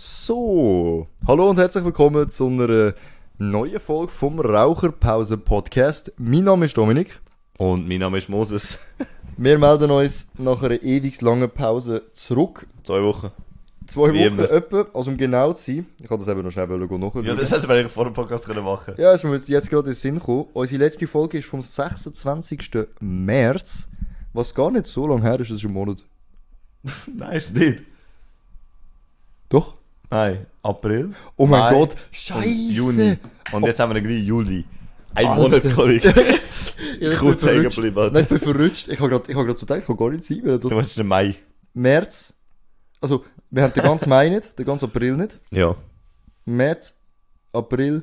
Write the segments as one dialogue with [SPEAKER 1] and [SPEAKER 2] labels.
[SPEAKER 1] So, hallo und herzlich willkommen zu einer neuen Folge vom Raucherpause-Podcast. Mein Name ist Dominik.
[SPEAKER 2] Und mein Name ist Moses.
[SPEAKER 1] Wir melden uns nach einer ewig langen Pause zurück.
[SPEAKER 2] Zwei Wochen.
[SPEAKER 1] Zwei
[SPEAKER 2] Wie
[SPEAKER 1] Wochen
[SPEAKER 2] immer.
[SPEAKER 1] etwa, also um genau zu sein. Ich kann das eben noch schnell nachschauen.
[SPEAKER 2] Ja, das hätten wir eigentlich vor dem Podcast können machen
[SPEAKER 1] Ja, ist mir jetzt- jetzt gerade in den Sinn gekommen. Unsere letzte Folge ist vom 26. März, was gar nicht so lange her ist, das ist ein Monat.
[SPEAKER 2] Nein, ist nicht.
[SPEAKER 1] Doch?
[SPEAKER 2] Nein, April.
[SPEAKER 1] Oh mein
[SPEAKER 2] Mai
[SPEAKER 1] Gott,
[SPEAKER 2] und
[SPEAKER 1] Scheiße!
[SPEAKER 2] Juni. Und jetzt haben wir gleich Juli. Ein
[SPEAKER 1] Alter.
[SPEAKER 2] Monat, Kollege.
[SPEAKER 1] Ja, ich
[SPEAKER 2] Kurz
[SPEAKER 1] bin
[SPEAKER 2] hängen
[SPEAKER 1] verrutscht.
[SPEAKER 2] geblieben, Alter.
[SPEAKER 1] Nein, ich bin verrutscht. Ich habe gerade hab grad so gedacht, ich kann gar nicht sein. weil
[SPEAKER 2] Du
[SPEAKER 1] dort-
[SPEAKER 2] meinst den Mai.
[SPEAKER 1] März. Also, wir haben den ganzen Mai nicht, den ganzen April nicht.
[SPEAKER 2] Ja.
[SPEAKER 1] März, April,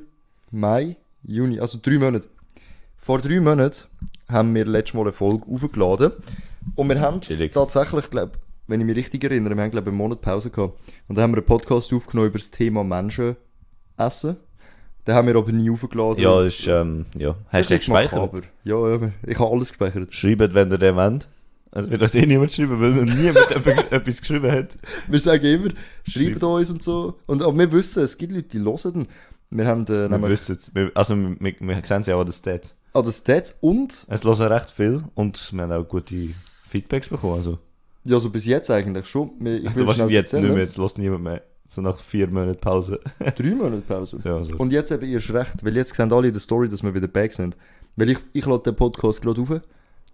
[SPEAKER 1] Mai, Juni. Also drei Monate. Vor drei Monaten haben wir letztes Mal eine Folge aufgeladen. Und wir haben
[SPEAKER 2] Chillig.
[SPEAKER 1] tatsächlich, glaube wenn ich mich richtig erinnere, wir haben, glaube einen Monat Pause gehabt. Und dann haben wir einen Podcast aufgenommen über das Thema Menschen essen. Den haben wir aber nie aufgeladen.
[SPEAKER 2] Ja, das ist, ähm, ja. Hast du nicht
[SPEAKER 1] Das ist
[SPEAKER 2] gespeichert?
[SPEAKER 1] makaber. Ja, ja, ich habe alles gespeichert.
[SPEAKER 2] Schreibt, wenn ihr den wollt. Also wird das eh niemand schreiben, weil noch niemand etwas- etwas geschrieben hat.
[SPEAKER 1] Wir sagen immer, schreibt uns und so. Und, aber wir wissen, es gibt Leute, die hören. Wir haben äh,
[SPEAKER 2] Wir
[SPEAKER 1] nämlich
[SPEAKER 2] wissen es. Wir- Also wir, wir, wir sehen es ja auch an den Stats.
[SPEAKER 1] an den Stats Ah, und,
[SPEAKER 2] Es hören recht viel und wir haben auch gute Feedbacks bekommen. Also,
[SPEAKER 1] ja, so bis jetzt eigentlich schon. Wir- Ich
[SPEAKER 2] also
[SPEAKER 1] will schnell
[SPEAKER 2] wahrscheinlich jetzt nicht
[SPEAKER 1] erzählen.
[SPEAKER 2] mehr, jetzt hört niemand mehr. So nach vier Monaten Pause.
[SPEAKER 1] Drei Monate Pause.
[SPEAKER 2] Ja, also.
[SPEAKER 1] Und jetzt eben erst recht, weil jetzt sehen alle in der Story, dass wir wieder back sind. Weil ich, ich lade den Podcast gerade auf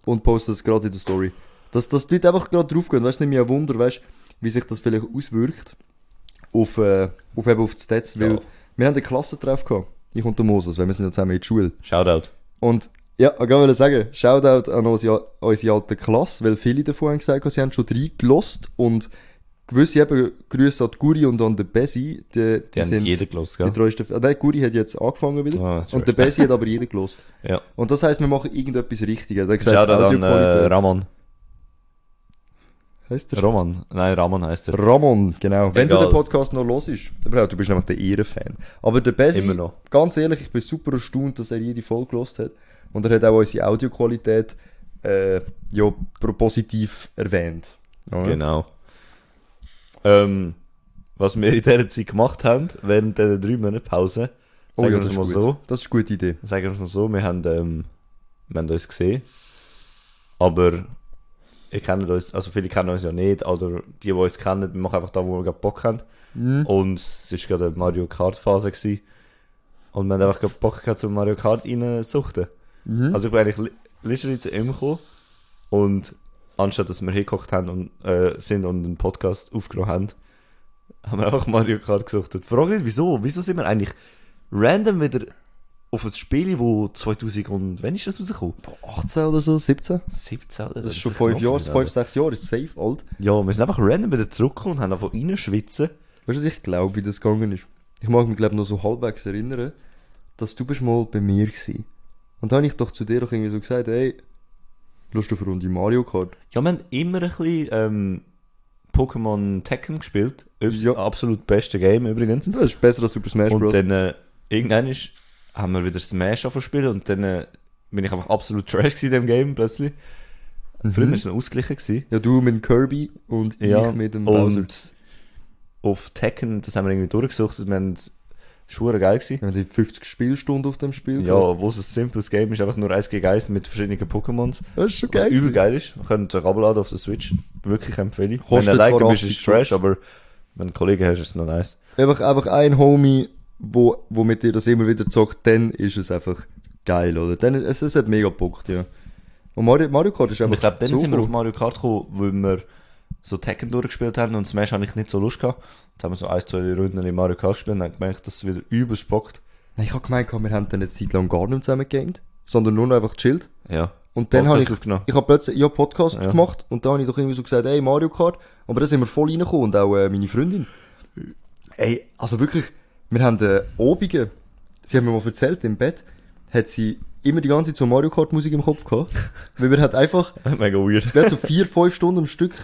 [SPEAKER 1] und poste das gerade in der Story. Dass, dass die Leute einfach gerade drauf gehen, weißt du, nicht mehr ein Wunder, weißt wie sich das vielleicht auswirkt auf, äh, auf, eben auf die Stats. Weil
[SPEAKER 2] Ja.
[SPEAKER 1] wir haben einen Klassentreff gehabt, ich und der Moses, weil wir sind ja zusammen in der Schule.
[SPEAKER 2] Shoutout.
[SPEAKER 1] Und ja, ich wollte sagen, Shoutout an unsere, unsere alte Klasse, weil viele davon haben gesagt, sie haben schon drei gelost und gewisse eben Grüße an die Guri und an den Besi, die, die,
[SPEAKER 2] Die, haben
[SPEAKER 1] sind
[SPEAKER 2] jeder gelost,
[SPEAKER 1] die
[SPEAKER 2] gell?
[SPEAKER 1] treuesten. Ah, nein, Guri hat jetzt angefangen wieder
[SPEAKER 2] Ah, sorry.
[SPEAKER 1] und der Besi hat aber jeder gelost.
[SPEAKER 2] Ja.
[SPEAKER 1] Und das heisst, wir machen irgendetwas richtig. Er hat gesagt,
[SPEAKER 2] Shoutout an äh,
[SPEAKER 1] Audioqualität.
[SPEAKER 2] Ramon.
[SPEAKER 1] Heisst der?
[SPEAKER 2] Roman. Nein, Ramon heißt er.
[SPEAKER 1] Ramon, genau. Wenn du
[SPEAKER 2] Egal.
[SPEAKER 1] den Podcast noch los ist, du bist nämlich der Ehrenfan. Aber der Besi,
[SPEAKER 2] Immer noch.
[SPEAKER 1] ganz ehrlich, ich bin super erstaunt, dass er jede Folge gelost hat. Und er hat auch unsere Audioqualität äh, ja, pro- positiv erwähnt. Ja.
[SPEAKER 2] Genau. Ähm, was wir in dieser Zeit gemacht haben, während dieser drei Monate Pause,
[SPEAKER 1] Oh,
[SPEAKER 2] sagen
[SPEAKER 1] ja,
[SPEAKER 2] wir
[SPEAKER 1] das,
[SPEAKER 2] es
[SPEAKER 1] ist
[SPEAKER 2] mal
[SPEAKER 1] gut.
[SPEAKER 2] so.
[SPEAKER 1] das ist eine gute Idee.
[SPEAKER 2] Sagen wir es mal so, wir haben, ähm, wir haben uns gesehen. Aber ihr kennt uns, also viele kennen uns ja nicht, oder die, die uns kennen, wir machen einfach da, wo wir gerade Bock haben. Und es war gerade eine Mario Kart Phase. Gewesen. Und wir haben einfach gerade Bock gehabt, zum Mario Kart reinzusuchten. Also ich bin eigentlich li- literally zu ihm gekommen und anstatt dass wir hingekocht haben und, äh, sind und einen Podcast aufgenommen haben, haben wir einfach Mario Kart gesuchtet. Frag nicht wieso, wieso sind wir eigentlich random wieder auf ein Spiel, wo 2000 und wann ist das rausgekommen?
[SPEAKER 1] 18 oder so, 17?
[SPEAKER 2] 17 oder
[SPEAKER 1] Das ist schon 5 Jahre, 5, 6 Jahre, ist safe alt.
[SPEAKER 2] Ja, wir sind einfach random wieder zurückgekommen und haben einfach reinschwitzen.
[SPEAKER 1] Weißt du, was ich glaube, wie das gegangen ist? Ich mag mich, glaube noch so halbwegs erinnern, dass du bist mal bei mir gsi Und da habe ich doch zu dir doch irgendwie so gesagt, hey, Lust auf eine Runde Mario Kart?
[SPEAKER 2] Ja, wir haben immer ein bisschen ähm, Pokémon Tekken gespielt. Übs-
[SPEAKER 1] Ja.
[SPEAKER 2] Absolut beste Game übrigens.
[SPEAKER 1] Das ist besser als Super Smash
[SPEAKER 2] Und
[SPEAKER 1] Bros.
[SPEAKER 2] dann äh, irgendwann ist, haben wir wieder Smash gespielt und dann äh, bin ich einfach absolut trash gewesen in dem Game plötzlich.
[SPEAKER 1] Mhm.
[SPEAKER 2] Früher war es noch ausgeglichen. Gewesen.
[SPEAKER 1] ja, du mit dem Kirby und ich mit dem Bowser.
[SPEAKER 2] und auf Tekken, das haben wir irgendwie durchgesucht und wir haben es schwer geil gewesen.
[SPEAKER 1] Wir haben die 50 Spielstunden auf dem Spiel.
[SPEAKER 2] Ja,
[SPEAKER 1] gehabt.
[SPEAKER 2] wo es ein simples Game ist, einfach nur 1 gegen 1 mit verschiedenen Pokémons.
[SPEAKER 1] Das ist schon
[SPEAKER 2] Was
[SPEAKER 1] geil.
[SPEAKER 2] übel
[SPEAKER 1] gewesen.
[SPEAKER 2] geil ist, wir können es euch abladen auf der Switch. Wirklich empfehle ich.
[SPEAKER 1] Kostet
[SPEAKER 2] wenn du alleine
[SPEAKER 1] zwar
[SPEAKER 2] bist,
[SPEAKER 1] 80
[SPEAKER 2] ist es trash, aber wenn du Kollegen hast, ist es noch nice.
[SPEAKER 1] Einfach, einfach ein Homie, wo, wo mit dir das immer wieder zockt, dann ist es einfach geil, oder? Dann, es, es hat mega gepockt, ja. Und Mario, Mario Kart ist einfach
[SPEAKER 2] Und ich glaube, dann sind wir
[SPEAKER 1] super.
[SPEAKER 2] auf Mario Kart gekommen, weil wir so Tekken durchgespielt haben und Smash habe ich nicht so Lust gehabt. Dann haben wir so ein, zwei Runden in Mario Kart gespielt und dann gemerkt, dass es wieder übel spockt.
[SPEAKER 1] Nein, ich hab gemeint, wir haben dann eine Zeit lang gar nicht zusammen gegamed, sondern nur noch einfach gechillt.
[SPEAKER 2] Ja.
[SPEAKER 1] Und dann
[SPEAKER 2] Podcast
[SPEAKER 1] habe ich,
[SPEAKER 2] aufgenommen.
[SPEAKER 1] ich hab plötzlich, ich hab Podcast gemacht und da habe ich doch irgendwie so gesagt, ey, Mario Kart. Aber da sind wir voll reingekommen und auch äh, meine Freundin. Ey, also wirklich, wir haben äh, Obige, sie haben mir mal erzählt, im Bett, hat sie immer die ganze Zeit so Mario Kart Musik im Kopf gehabt. weil wir hat einfach,
[SPEAKER 2] Mega weird.
[SPEAKER 1] wir haben so vier, fünf Stunden am Stück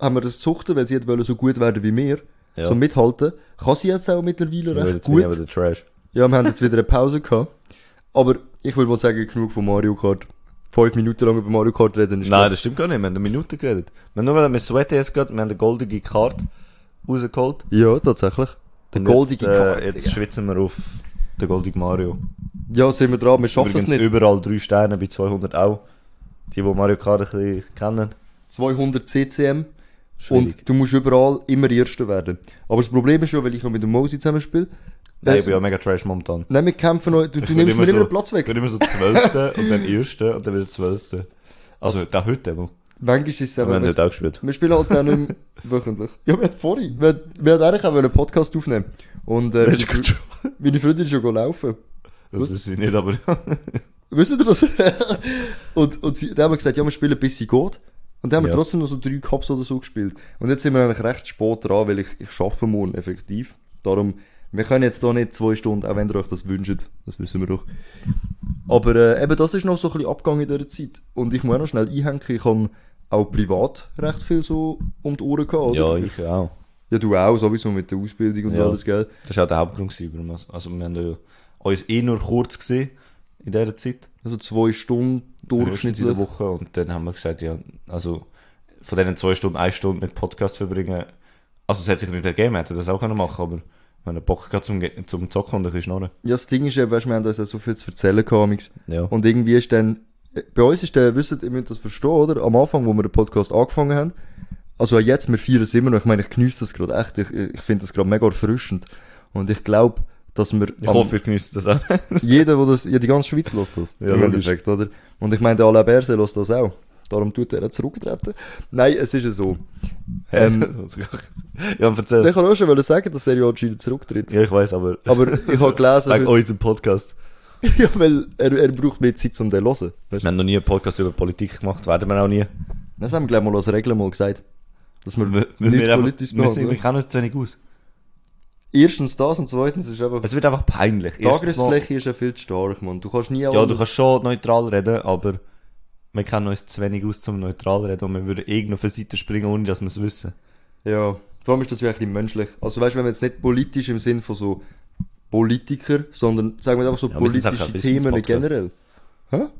[SPEAKER 1] haben wir das gesuchtet, weil sie hat wollen so gut werden wie wir.
[SPEAKER 2] Ja.
[SPEAKER 1] So mithalten. Kann sie jetzt auch mittlerweile
[SPEAKER 2] Ja,
[SPEAKER 1] recht
[SPEAKER 2] jetzt bin ich
[SPEAKER 1] gut.
[SPEAKER 2] aber der Trash.
[SPEAKER 1] Ja, wir haben jetzt wieder eine Pause gehabt. Aber ich würde mal sagen, genug von Mario Kart. Fünf Minuten lang über Mario Kart reden ist
[SPEAKER 2] Nein,
[SPEAKER 1] gut.
[SPEAKER 2] das stimmt gar nicht. Wir haben eine Minute geredet. Wir haben nur, weil wir sweaten jetzt gerade, wir haben eine goldige Karte rausgeholt.
[SPEAKER 1] Ja, tatsächlich. Der
[SPEAKER 2] Und
[SPEAKER 1] goldige
[SPEAKER 2] jetzt,
[SPEAKER 1] Karte.
[SPEAKER 2] äh, jetzt
[SPEAKER 1] ja.
[SPEAKER 2] schwitzen wir auf den goldigen Mario.
[SPEAKER 1] ja, sind wir dran, wir schaffen es
[SPEAKER 2] Übrigens
[SPEAKER 1] nicht.
[SPEAKER 2] überall drei Sterne, bei 200 auch. Die, die Mario Kart ein bisschen kennen.
[SPEAKER 1] 200 CCM.
[SPEAKER 2] Schwierig.
[SPEAKER 1] Und du musst überall immer Erster werden. Aber das Problem ist ja, weil ich ja mit dem Mosi zusammenspiele.
[SPEAKER 2] Nein,
[SPEAKER 1] Äh,
[SPEAKER 2] ich bin ja mega trash momentan.
[SPEAKER 1] Nein, wir kämpfen noch, du, du
[SPEAKER 2] bin
[SPEAKER 1] nimmst mir immer
[SPEAKER 2] so-
[SPEAKER 1] den Platz
[SPEAKER 2] Ich
[SPEAKER 1] weg.
[SPEAKER 2] bin immer so Zwölfte und dann Erste und dann wieder Zwölfte. Also, da heute mal.
[SPEAKER 1] Manchmal ist es
[SPEAKER 2] Wir haben
[SPEAKER 1] eben,
[SPEAKER 2] nicht auch gespielt.
[SPEAKER 1] Wir spielen halt auch nicht mehr wöchentlich. Ja, wir hatten vorhin, wir, wir hatten eigentlich auch einen Podcast aufnehmen. Und äh, meine,
[SPEAKER 2] Willst du
[SPEAKER 1] Fre
[SPEAKER 2] gerade schon?
[SPEAKER 1] meine Freundin ist schon gegangen laufen.
[SPEAKER 2] Das wüsste ich nicht, aber
[SPEAKER 1] Wisst ihr das? und und sie, dann haben wir gesagt, ja, wir spielen bis sie geht. Und dann haben wir
[SPEAKER 2] Ja.
[SPEAKER 1] trotzdem noch so drei Cups oder so gespielt. Und jetzt sind wir eigentlich recht spät dran, weil ich, ich arbeite morgen effektiv. Darum, wir können jetzt da nicht zwei Stunden, auch wenn ihr euch das wünscht. Das wissen wir doch. Aber äh, eben, das ist noch so ein bisschen abgegangen in dieser Zeit. Und ich muss auch noch schnell einhängen, ich habe auch privat recht viel so um die Ohren gehabt, oder?
[SPEAKER 2] ja, ich auch.
[SPEAKER 1] Ja, du auch, sowieso mit der Ausbildung und
[SPEAKER 2] Ja.
[SPEAKER 1] alles, gell?
[SPEAKER 2] Das war auch der Hauptgrund. gewesen, warum wir- Also, wir haben ja uns eh nur kurz gesehen in dieser Zeit.
[SPEAKER 1] Also zwei Stunden
[SPEAKER 2] Höchstens in der
[SPEAKER 1] durchschnittlich.
[SPEAKER 2] Woche. Und dann haben wir gesagt, ja, also von diesen zwei Stunden, eine Stunde mit Podcast verbringen. Also, es hat sich nicht ergeben, wir hätten das auch können machen aber wir haben Bock gehabt zum, Ge- zum Zocken und ein bisschen schnurren.
[SPEAKER 1] Ja, das Ding ist eben, weißt, du, wir haben uns ja so viel zu erzählen gehabt. amigs.
[SPEAKER 2] Ja.
[SPEAKER 1] Und irgendwie ist dann, bei uns ist der, wisst ihr, ihr müsst das verstehen, oder? Am Anfang, wo wir den Podcast angefangen haben, also auch jetzt, wir feiern es immer noch, ich meine, ich geniesse das gerade echt, ich, ich finde das gerade mega erfrischend. Und ich glaube, dass wir,
[SPEAKER 2] Ich
[SPEAKER 1] am-
[SPEAKER 2] hoffe, ihr genießt das auch.
[SPEAKER 1] jeder, wo das, ja, die ganze Schweiz lässt das,
[SPEAKER 2] Ja,
[SPEAKER 1] im
[SPEAKER 2] logisch.
[SPEAKER 1] Endeffekt, oder? Und ich meine, der Alain Berset lässt das auch. Darum tut er auch zurücktreten. Nein, es ist ja so. Ähm.
[SPEAKER 2] ja, erzähl.
[SPEAKER 1] Ich kann auch schon wollen sagen, dass er ja anscheinend zurücktritt.
[SPEAKER 2] Ja, ich weiß, aber.
[SPEAKER 1] Aber ich habe gelesen,
[SPEAKER 2] wegen
[SPEAKER 1] heute-
[SPEAKER 2] unserem Podcast.
[SPEAKER 1] ja, weil er, er braucht mehr Zeit, um den zu hören. Weißt
[SPEAKER 2] Wir haben noch nie einen Podcast über Politik gemacht, werden wir auch nie.
[SPEAKER 1] du? Das haben wir, glaube ich, mal als Regel mal gesagt. Dass wir
[SPEAKER 2] Wir,
[SPEAKER 1] nicht
[SPEAKER 2] wir, wir, einfach,
[SPEAKER 1] politisch
[SPEAKER 2] wir, sind, wir
[SPEAKER 1] behandeln.
[SPEAKER 2] kennen uns zu wenig aus.
[SPEAKER 1] Erstens das und zweitens ist einfach,
[SPEAKER 2] Es wird einfach peinlich.
[SPEAKER 1] die
[SPEAKER 2] Also Erstens mal-
[SPEAKER 1] Angriffsfläche ist ja viel zu stark, Mann. Du kannst nie
[SPEAKER 2] Ja, du
[SPEAKER 1] alles-
[SPEAKER 2] kannst schon neutral reden, aber wir kennen uns zu wenig aus, um neutral zu reden und wir würden irgendwo auf eine Seite springen, ohne dass wir es wissen.
[SPEAKER 1] Ja, vor allem ist das ja ein bisschen menschlich. Also weißt du, wenn wir jetzt nicht politisch im Sinn von so Politiker, sondern sagen wir einfach so
[SPEAKER 2] Ja, wir sind
[SPEAKER 1] politische
[SPEAKER 2] einfach ein
[SPEAKER 1] Themen
[SPEAKER 2] Wissenspodcast.
[SPEAKER 1] generell.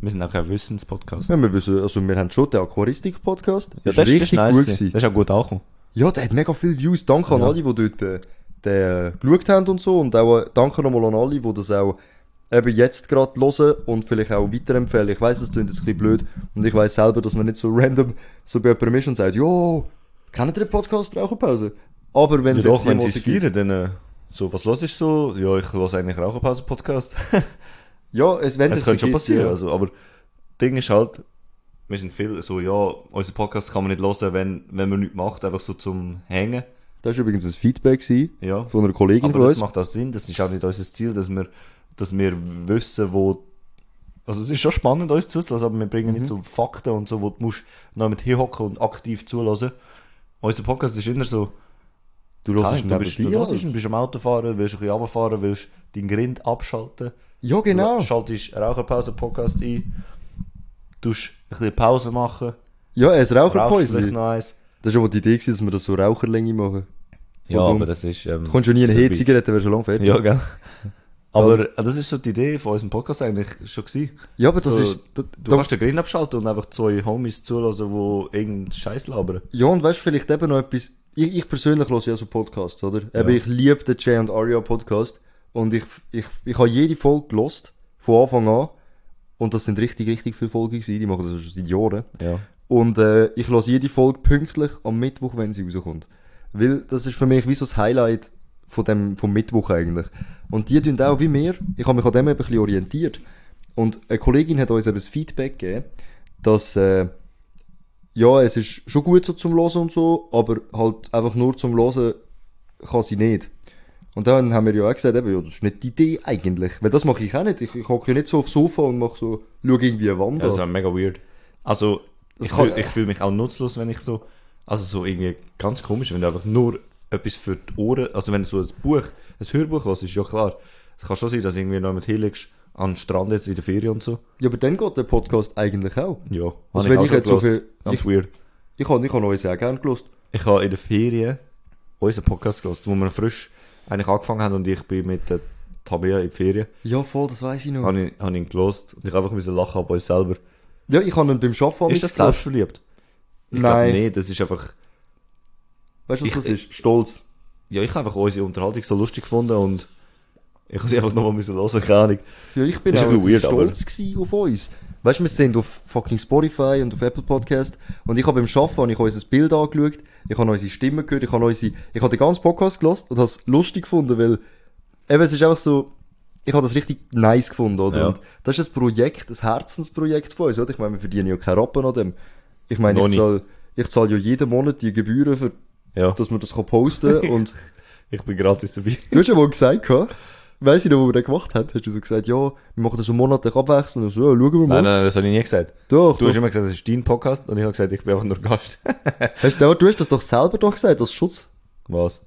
[SPEAKER 2] Wir sind auch kein Wissenspodcast.
[SPEAKER 1] Ja, wir wissen, also wir haben schon den Aquaristik-Podcast.
[SPEAKER 2] Ja, das, ist, das ist nice.
[SPEAKER 1] gut
[SPEAKER 2] gewesen.
[SPEAKER 1] gewesen.
[SPEAKER 2] Das ist auch gut angekommen.
[SPEAKER 1] Ja, der hat mega viele Views. Danke an
[SPEAKER 2] Ja.
[SPEAKER 1] alle, die dort äh, den, äh, geschaut haben und so. Und auch äh, danke nochmal an alle, die das auch eben jetzt gerade hören und vielleicht auch weiterempfehlen. Ich weiss, das klingt jetzt ein bisschen blöd. Und ich weiss selber, dass man nicht so random so bei jemandem ist und sagt, jo, kennt ihr den Podcast Raucherpause? Aber wenn
[SPEAKER 2] Ja,
[SPEAKER 1] es
[SPEAKER 2] doch,
[SPEAKER 1] jetzt
[SPEAKER 2] wenn
[SPEAKER 1] jemand
[SPEAKER 2] sie es
[SPEAKER 1] gibt-
[SPEAKER 2] feiern, dann... Äh, so, was hörst du so? Ja, ich höre eigentlich Raucherpause-Podcast.
[SPEAKER 1] Ja, es, wenn es
[SPEAKER 2] Es könnte schon
[SPEAKER 1] gibt,
[SPEAKER 2] passieren,
[SPEAKER 1] ja.
[SPEAKER 2] also, aber Ding ist halt, wir sind viel so, ja, unseren Podcast kann man nicht hören, wenn, wenn man nichts macht, einfach so zum Hängen,
[SPEAKER 1] Das war übrigens ein Feedback gewesen
[SPEAKER 2] ja.
[SPEAKER 1] von einer Kollegin
[SPEAKER 2] Aber
[SPEAKER 1] von
[SPEAKER 2] das
[SPEAKER 1] uns.
[SPEAKER 2] macht auch Sinn, das ist auch nicht unser Ziel, dass wir, dass wir wissen, wo, also es ist schon spannend, uns zuzulassen, aber wir bringen nicht
[SPEAKER 1] Mhm.
[SPEAKER 2] so Fakten und so, wo du musst noch mit hinhocken und aktiv zulassen. Unser Podcast ist immer so,
[SPEAKER 1] Du
[SPEAKER 2] du,
[SPEAKER 1] hörst
[SPEAKER 2] du, bist, du
[SPEAKER 1] nebenbei
[SPEAKER 2] hörst
[SPEAKER 1] alles.
[SPEAKER 2] ihn, bist am Autofahren, willst ein bisschen runterfahren, willst deinen Grind abschalten.
[SPEAKER 1] Ja,
[SPEAKER 2] Genau.
[SPEAKER 1] genau.
[SPEAKER 2] Schaltest Raucherpause-Podcast ein, tust ein bisschen Pause machen,
[SPEAKER 1] Ja, ein
[SPEAKER 2] rauchst vielleicht
[SPEAKER 1] Raucherpäuschen.
[SPEAKER 2] noch eins.
[SPEAKER 1] Das war aber die Idee, gewesen, dass wir das so Raucherlänge machen.
[SPEAKER 2] Ja,
[SPEAKER 1] Und
[SPEAKER 2] aber
[SPEAKER 1] um-
[SPEAKER 2] das ist... Ähm,
[SPEAKER 1] Du kommst schon nie eine
[SPEAKER 2] vorbei.
[SPEAKER 1] He-Zigarette, wärst schon lange fertig.
[SPEAKER 2] Ja, gell. Aber äh, das ist so die Idee von unserem Podcast eigentlich schon gewesen.
[SPEAKER 1] Ja, aber das
[SPEAKER 2] So,
[SPEAKER 1] ist. Da,
[SPEAKER 2] Du
[SPEAKER 1] da,
[SPEAKER 2] kannst den Grill abschalten und einfach zwei Homies zulassen, die irgendeinen Scheiß labern.
[SPEAKER 1] ja, und weißt du, vielleicht eben noch etwas. Ich, ich persönlich höre ja so Podcasts, oder? Eben, ich liebe den Jay und Aria Podcast. Und ich, ich, ich habe jede Folge gelost, von Anfang an. Und das sind richtig, richtig viele Folgen gewesen. Die machen das schon seit Jahren.
[SPEAKER 2] Ja.
[SPEAKER 1] Und äh, ich lasse jede Folge pünktlich am Mittwoch, wenn sie rauskommt. Weil das ist für mich wie so das Highlight von dem, vom Mittwoch eigentlich. Und die tun auch wie mir, ich habe mich an dem eben ein bisschen orientiert. Und eine Kollegin hat uns eben das Feedback gegeben, dass, äh, ja, es ist schon gut so zum Hören und so, aber halt einfach nur zum Hören kann sie nicht. Und dann haben wir ja auch gesagt, eben, ja, das ist nicht die Idee eigentlich. Weil das mache ich auch nicht. Ich, ich hocke ja nicht so aufs Sofa und mache so, schaue irgendwie eine Wand
[SPEAKER 2] Das ist
[SPEAKER 1] an.
[SPEAKER 2] auch mega weird. Also, ich
[SPEAKER 1] kann-
[SPEAKER 2] fühle fühl mich auch nutzlos, wenn ich so. Also, so irgendwie ganz komisch, wenn du einfach nur etwas für die Ohren. Also, wenn du so ein Buch, ein Hörbuch hörst, ist ja klar. Es kann schon sein, dass du irgendwie noch mit hinlegst an den Strand jetzt in der Ferien und so.
[SPEAKER 1] Ja, aber dann geht der Podcast eigentlich auch.
[SPEAKER 2] Ja. hab
[SPEAKER 1] Also wenn
[SPEAKER 2] auch
[SPEAKER 1] ich
[SPEAKER 2] schon
[SPEAKER 1] jetzt so
[SPEAKER 2] gehört.
[SPEAKER 1] viel-
[SPEAKER 2] Ganz
[SPEAKER 1] ich-
[SPEAKER 2] weird.
[SPEAKER 1] Ich habe ich hab euch sehr gerne gelost.
[SPEAKER 2] Ich habe in der Ferien unseren Podcast gehört, wo wir frisch eigentlich angefangen haben und ich bin mit der Tabea in die Ferien.
[SPEAKER 1] Ja, voll, das weiß ich noch.
[SPEAKER 2] Habe ich, hab ihn gelost und ich einfach müssen lachen bei uns selber.
[SPEAKER 1] Ja, ich habe ihn beim Schaffen
[SPEAKER 2] Ist das selbstverliebt? Ich glaub
[SPEAKER 1] Nein.
[SPEAKER 2] nicht, das ist einfach.
[SPEAKER 1] Weißt du, was
[SPEAKER 2] Ich-
[SPEAKER 1] das ist? Stolz.
[SPEAKER 2] ja, ich habe einfach unsere Unterhaltung so lustig gefunden und ich habe sie einfach nochmal müssen hören, keine Ahnung.
[SPEAKER 1] Ja, ich bin
[SPEAKER 2] Ist
[SPEAKER 1] auch
[SPEAKER 2] ein bisschen weird,
[SPEAKER 1] stolz gewesen auf uns. Weißt du, wir sind auf fucking Spotify und auf Apple Podcast und ich habe beim Schaffen habe ich unser Bild angeschaut, ich habe unsere Stimme gehört, ich habe unsere, ich habe den ganzen Podcast gelost und habe es lustig gefunden, weil eben, es ist einfach so, ich habe das richtig nice gefunden, oder?
[SPEAKER 2] Ja.
[SPEAKER 1] Und das ist ein Projekt, ein Herzensprojekt von uns, oder? Ich meine, wir verdienen ja keinen Rappen an dem. Ich meine,
[SPEAKER 2] Noch
[SPEAKER 1] ich
[SPEAKER 2] nicht.
[SPEAKER 1] zahle, ich zahle ja jeden Monat die Gebühren für,
[SPEAKER 2] Ja,
[SPEAKER 1] dass man das kann posten und
[SPEAKER 2] ich bin gratis dabei.
[SPEAKER 1] Du hast ja mal gesagt, gehabt, weiss ich noch, wo wir das gemacht haben, hast du so gesagt, ja, wir machen das so monatlich abwechselnd und so, ja, schauen wir mal.
[SPEAKER 2] Nein, nein, das habe ich nie gesagt.
[SPEAKER 1] Doch,
[SPEAKER 2] Du
[SPEAKER 1] doch.
[SPEAKER 2] hast immer gesagt, es ist dein Podcast und ich habe gesagt, ich bin einfach nur Gast.
[SPEAKER 1] Hast, du- du hast das doch selber doch gesagt, als Schutz.
[SPEAKER 2] Was?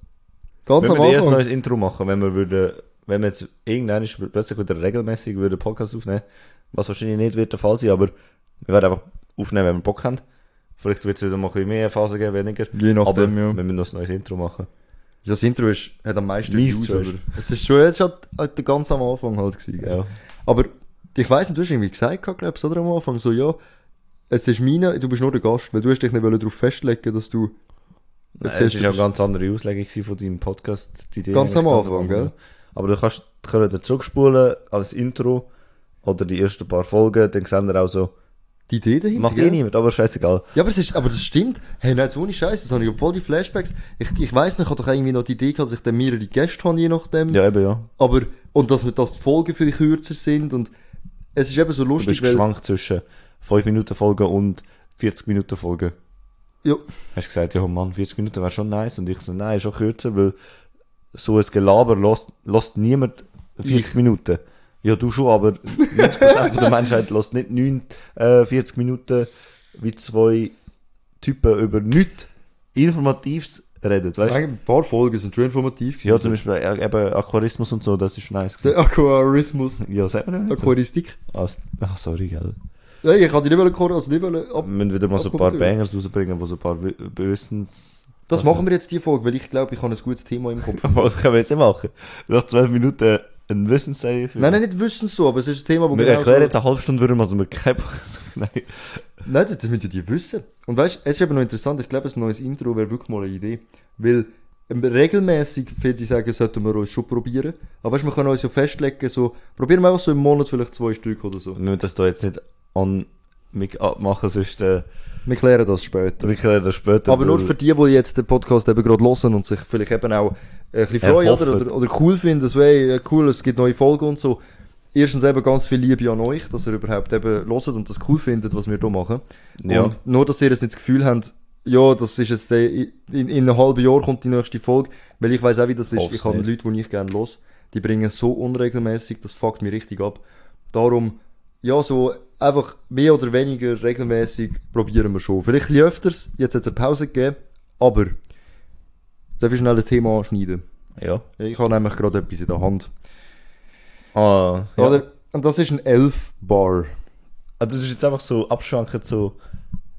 [SPEAKER 1] Ganz
[SPEAKER 2] Wenn
[SPEAKER 1] am
[SPEAKER 2] wir erst ein
[SPEAKER 1] Anfang.
[SPEAKER 2] neues Intro machen, wenn wir würden, wenn wir jetzt irgendwann ist plötzlich wieder regelmäßig würden Podcast aufnehmen, was wahrscheinlich nicht wird der Fall sein, aber wir werden einfach aufnehmen, wenn wir Bock haben. Vielleicht wird es wieder mal ein bisschen mehr Phasen geben, weniger.
[SPEAKER 1] Je nachdem,
[SPEAKER 2] aber
[SPEAKER 1] ja.
[SPEAKER 2] wir müssen noch ein neues Intro machen.
[SPEAKER 1] Das Intro ist, hat am meisten
[SPEAKER 2] Mies
[SPEAKER 1] Views,
[SPEAKER 2] Trash.
[SPEAKER 1] aber Es ist schon jetzt schon halt ganz am Anfang halt gewesen. gell?
[SPEAKER 2] Ja.
[SPEAKER 1] Aber ich weiss nicht, du hast irgendwie gesagt, glaube ich, oder am Anfang, so, ja, es ist meine, du bist nur der Gast, weil du hast dich nicht wollen darauf festlegen, dass du...
[SPEAKER 2] Nein,
[SPEAKER 1] fest-
[SPEAKER 2] es war ja eine ganz andere Auslegung gewesen von deinem Podcast. Die Idee
[SPEAKER 1] Ganz
[SPEAKER 2] eigentlich
[SPEAKER 1] am Anfang, gell?
[SPEAKER 2] Aber du kannst könnt ihr zurückspulen als Intro oder die ersten paar Folgen, dann sehen wir auch so,
[SPEAKER 1] die Idee dahinter,
[SPEAKER 2] macht eh
[SPEAKER 1] gell?
[SPEAKER 2] niemand, aber scheißegal.
[SPEAKER 1] Ja, aber, es ist, aber das stimmt. Hey, nein, so ohne Scheiße, das habe ich voll die Flashbacks. Ich, ich weiss noch, ich hatte doch irgendwie noch die Idee gehabt, dass ich dann mehrere Gäste habe, je nachdem.
[SPEAKER 2] Ja, eben, ja.
[SPEAKER 1] Aber, und dass, wir- dass die Folgen vielleicht kürzer sind und es ist eben so
[SPEAKER 2] Du
[SPEAKER 1] lustig,
[SPEAKER 2] bist geschwankt zwischen 5 Minuten Folge und 40 Minuten Folge.
[SPEAKER 1] ja,
[SPEAKER 2] Hast gesagt, ja Mann, 40 Minuten wäre schon nice. Und ich so, nein, schon kürzer, weil so ein Gelaber lässt, lässt niemand 40 Minuten. Ja, du schon, aber 90% von der Menschheit lässt nicht 9, äh, 40 Minuten wie zwei Typen über nichts Informatives reden, weißt du?
[SPEAKER 1] eigentlich ein paar Folgen sind schon informativ gewesen.
[SPEAKER 2] Ja, zum Beispiel äh, eben Aquarismus und so, das ist nice.
[SPEAKER 1] Der
[SPEAKER 2] gewesen.
[SPEAKER 1] Aquarismus,
[SPEAKER 2] Ja, sagt man nicht so.
[SPEAKER 1] Aquaristik.
[SPEAKER 2] Ah, s- ah, sorry, gell.
[SPEAKER 1] Nein, ich kann die nicht wollen, korre- also nicht wollen, ab.
[SPEAKER 2] Wir müssen wieder mal so ein paar
[SPEAKER 1] Aquakultur.
[SPEAKER 2] Bangers rausbringen, wo so ein paar Wi- Wissens...
[SPEAKER 1] Das machen wir jetzt die Folge, weil ich glaube, ich habe ein gutes Thema im Kopf.
[SPEAKER 2] Was können wir jetzt nicht machen? Nach 12 Minuten ein Wissensteil.
[SPEAKER 1] Nein, nein, nicht wissen so, aber es ist ein Thema, wo
[SPEAKER 2] Wir
[SPEAKER 1] genau
[SPEAKER 2] erklären
[SPEAKER 1] so-
[SPEAKER 2] jetzt eine halbe Stunde, warum also wir kein Nein.
[SPEAKER 1] Nein, das das müssen ja die wissen. Und weißt, es ist eben noch interessant, ich glaube, ein neues Intro wäre wirklich mal eine Idee. Weil ähm, regelmäßig, viele sagen, sollten wir uns schon probieren. Aber weißt, wir können uns ja festlegen, so, probieren wir einfach so im Monat vielleicht zwei Stück oder so.
[SPEAKER 2] Wir müssen das hier jetzt nicht an mich abmachen, sonst äh,
[SPEAKER 1] Wir klären das später.
[SPEAKER 2] wir klären das später.
[SPEAKER 1] Aber nur
[SPEAKER 2] weil-
[SPEAKER 1] für die, die jetzt den Podcast eben gerade hören und sich vielleicht eben auch ein bisschen freuen
[SPEAKER 2] Erhoffen.
[SPEAKER 1] oder, oder, oder cool finden, so, hey, äh, cool, es gibt neue Folgen und so. Erstens eben ganz viel Liebe an euch, dass ihr überhaupt eben hört und das cool findet, was wir hier machen.
[SPEAKER 2] Ja.
[SPEAKER 1] Und nur, dass ihr jetzt nicht das Gefühl habt, ja, das ist jetzt, der, in, in einem halben Jahr kommt die nächste Folge, weil ich weiß auch, wie das ist.
[SPEAKER 2] Hoff's
[SPEAKER 1] ich habe
[SPEAKER 2] nicht.
[SPEAKER 1] Leute, die ich gerne los, die bringen so unregelmäßig, das fuckt mich richtig ab. Darum, ja, so einfach mehr oder weniger regelmäßig probieren wir schon. Vielleicht ein bisschen öfters, jetzt hat es eine Pause gegeben, aber darf ich schnell ein Thema anschneiden?
[SPEAKER 2] Ja.
[SPEAKER 1] Ich habe nämlich gerade etwas in der Hand.
[SPEAKER 2] Ah, ja.
[SPEAKER 1] Oder? Und das ist ein Elf-Bar.
[SPEAKER 2] Also, du bist jetzt einfach so abschwanken zu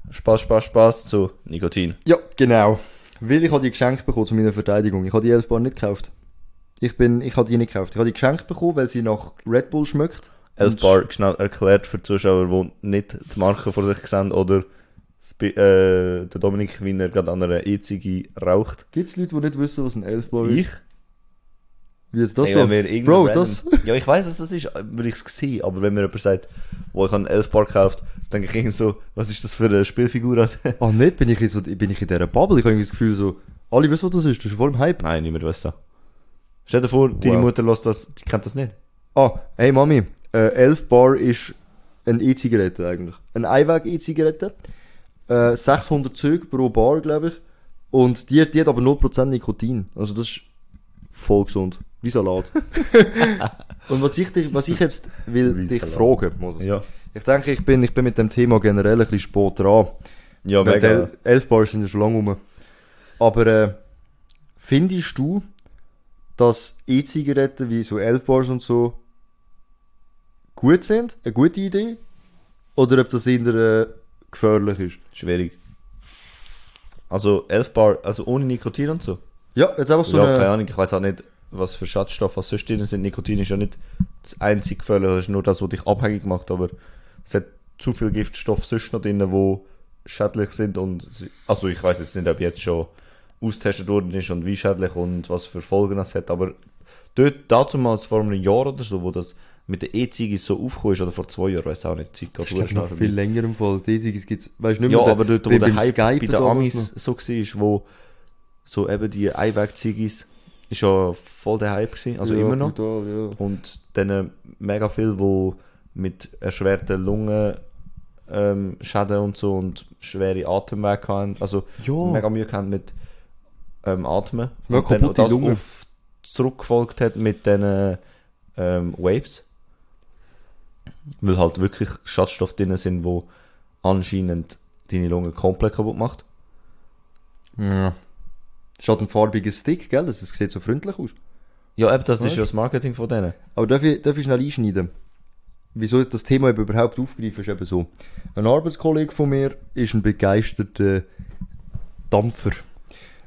[SPEAKER 2] Spaß, Spaß, Spaß zu Nikotin.
[SPEAKER 1] Ja, genau. Weil ich habe die geschenkt bekommen zu meiner Verteidigung. Ich habe die Elfbar nicht gekauft. Ich bin, ich habe die nicht gekauft. Ich habe die geschenkt bekommen, weil sie nach Red Bull schmeckt.
[SPEAKER 2] Elf Bar schnell erklärt für die Zuschauer, die nicht die Marke vor sich sehen oder das Bi- äh, der Dominik, wie er gerade an einer E-Ziege raucht.
[SPEAKER 1] Gibt es Leute, die nicht wissen, was ein Elfbar ist?
[SPEAKER 2] Ich?
[SPEAKER 1] Wie jetzt das
[SPEAKER 2] Ey,
[SPEAKER 1] da?
[SPEAKER 2] wenn wir irgendein
[SPEAKER 1] Bro,
[SPEAKER 2] random-
[SPEAKER 1] das...
[SPEAKER 2] Ja, ich weiß, was das ist, würde ich es sehen, aber wenn mir jemand sagt, wo ich einen Elfbar gekauft, dann denke ich irgendwie so, was ist das für eine Spielfigur?
[SPEAKER 1] Ah, nicht? Bin ich, in so, bin ich in dieser Bubble? Ich habe irgendwie das Gefühl so... Alle wissen, was das ist. Das ist voll im Hype.
[SPEAKER 2] Nein, niemand weiß das. Stell dir vor, deine
[SPEAKER 1] Wow.
[SPEAKER 2] Mutter lässt das, die kennt das nicht.
[SPEAKER 1] Ah, hey Mami. Äh, Elfbar ist eine E-Zigarette eigentlich. Ein Einweg-E-Zigarette. Äh, 600 Züge pro Bar, glaube ich. Und die, die hat aber 0% Nikotin. Also das ist voll gesund. Wie Salat. Und was ich, dich, was ich jetzt will
[SPEAKER 2] Wie
[SPEAKER 1] dich
[SPEAKER 2] Salat.
[SPEAKER 1] fragen, Moses.
[SPEAKER 2] Ja.
[SPEAKER 1] Ich denke, ich bin, ich bin mit dem Thema generell ein bisschen spät dran.
[SPEAKER 2] Ja,
[SPEAKER 1] Weil
[SPEAKER 2] mega.
[SPEAKER 1] El- Elf Bars sind ja schon lange rum. Aber äh, findest du, dass E-Zigaretten wie so Elf Bars und so gut sind? Eine gute Idee? Oder ob das eher äh, gefährlich ist?
[SPEAKER 2] Schwierig. Also, Elfbar, also ohne Nikotin und so.
[SPEAKER 1] Ja, jetzt einfach so
[SPEAKER 2] ja, keine
[SPEAKER 1] eine...
[SPEAKER 2] Ahnung, ich weiß auch nicht, was für Schadstoffe was sonst drin sind. Nikotin ist ja nicht das einzige Gefährliche, das ist nur das, was dich abhängig macht, aber es hat zu viel Giftstoff sonst noch drin, wo schädlich sind und, also ich weiß jetzt nicht, ob jetzt schon ausgetestet worden ist und wie schädlich und was für Folgen das hat. Aber dort, dazumals vor einem Jahr oder so, wo das mit der E-Ziege so aufgekommen ist, oder vor zwei Jahren, weiß auch nicht, die Zeit
[SPEAKER 1] Das
[SPEAKER 2] geht
[SPEAKER 1] ist glaub ich,
[SPEAKER 2] schnell
[SPEAKER 1] noch
[SPEAKER 2] vorbei.
[SPEAKER 1] viel länger im Fall. Die Einzige, es gibt, weißt du, nicht
[SPEAKER 2] Ja,
[SPEAKER 1] mehr den-
[SPEAKER 2] aber dort, wo
[SPEAKER 1] bei-
[SPEAKER 2] der
[SPEAKER 1] beim
[SPEAKER 2] Hype bei den
[SPEAKER 1] damals
[SPEAKER 2] Amis so war, wo so eben die Einweg-Ziggis, ist ja voll der Hype gewesen,
[SPEAKER 1] noch.
[SPEAKER 2] also
[SPEAKER 1] ja,
[SPEAKER 2] immer noch.
[SPEAKER 1] Brutal, ja.
[SPEAKER 2] Und dann äh, mega viel, wo mit erschwerten Lungen ähm, Schäden und so und schwere Atemwege haben, also
[SPEAKER 1] Ja.
[SPEAKER 2] mega Mühe gehabt mit ähm, Atmen.
[SPEAKER 1] Ja,
[SPEAKER 2] und dann
[SPEAKER 1] kaputte
[SPEAKER 2] das
[SPEAKER 1] Lunge.
[SPEAKER 2] auf zurückgefolgt hat mit den ähm, Waves. Weil halt wirklich Schadstoffe drin sind, wo anscheinend deine Lunge komplett kaputt macht.
[SPEAKER 1] Ja. Es hat ein farbiger Stick, gell? Es sieht so freundlich aus.
[SPEAKER 2] Ja, eben, das ist ja das Marketing von denen.
[SPEAKER 1] Aber darf ich, darf ich schnell einschneiden? Wieso ich das Thema eben überhaupt aufgreife, ist eben so. Ein Arbeitskollege von mir ist ein begeisterter Dampfer.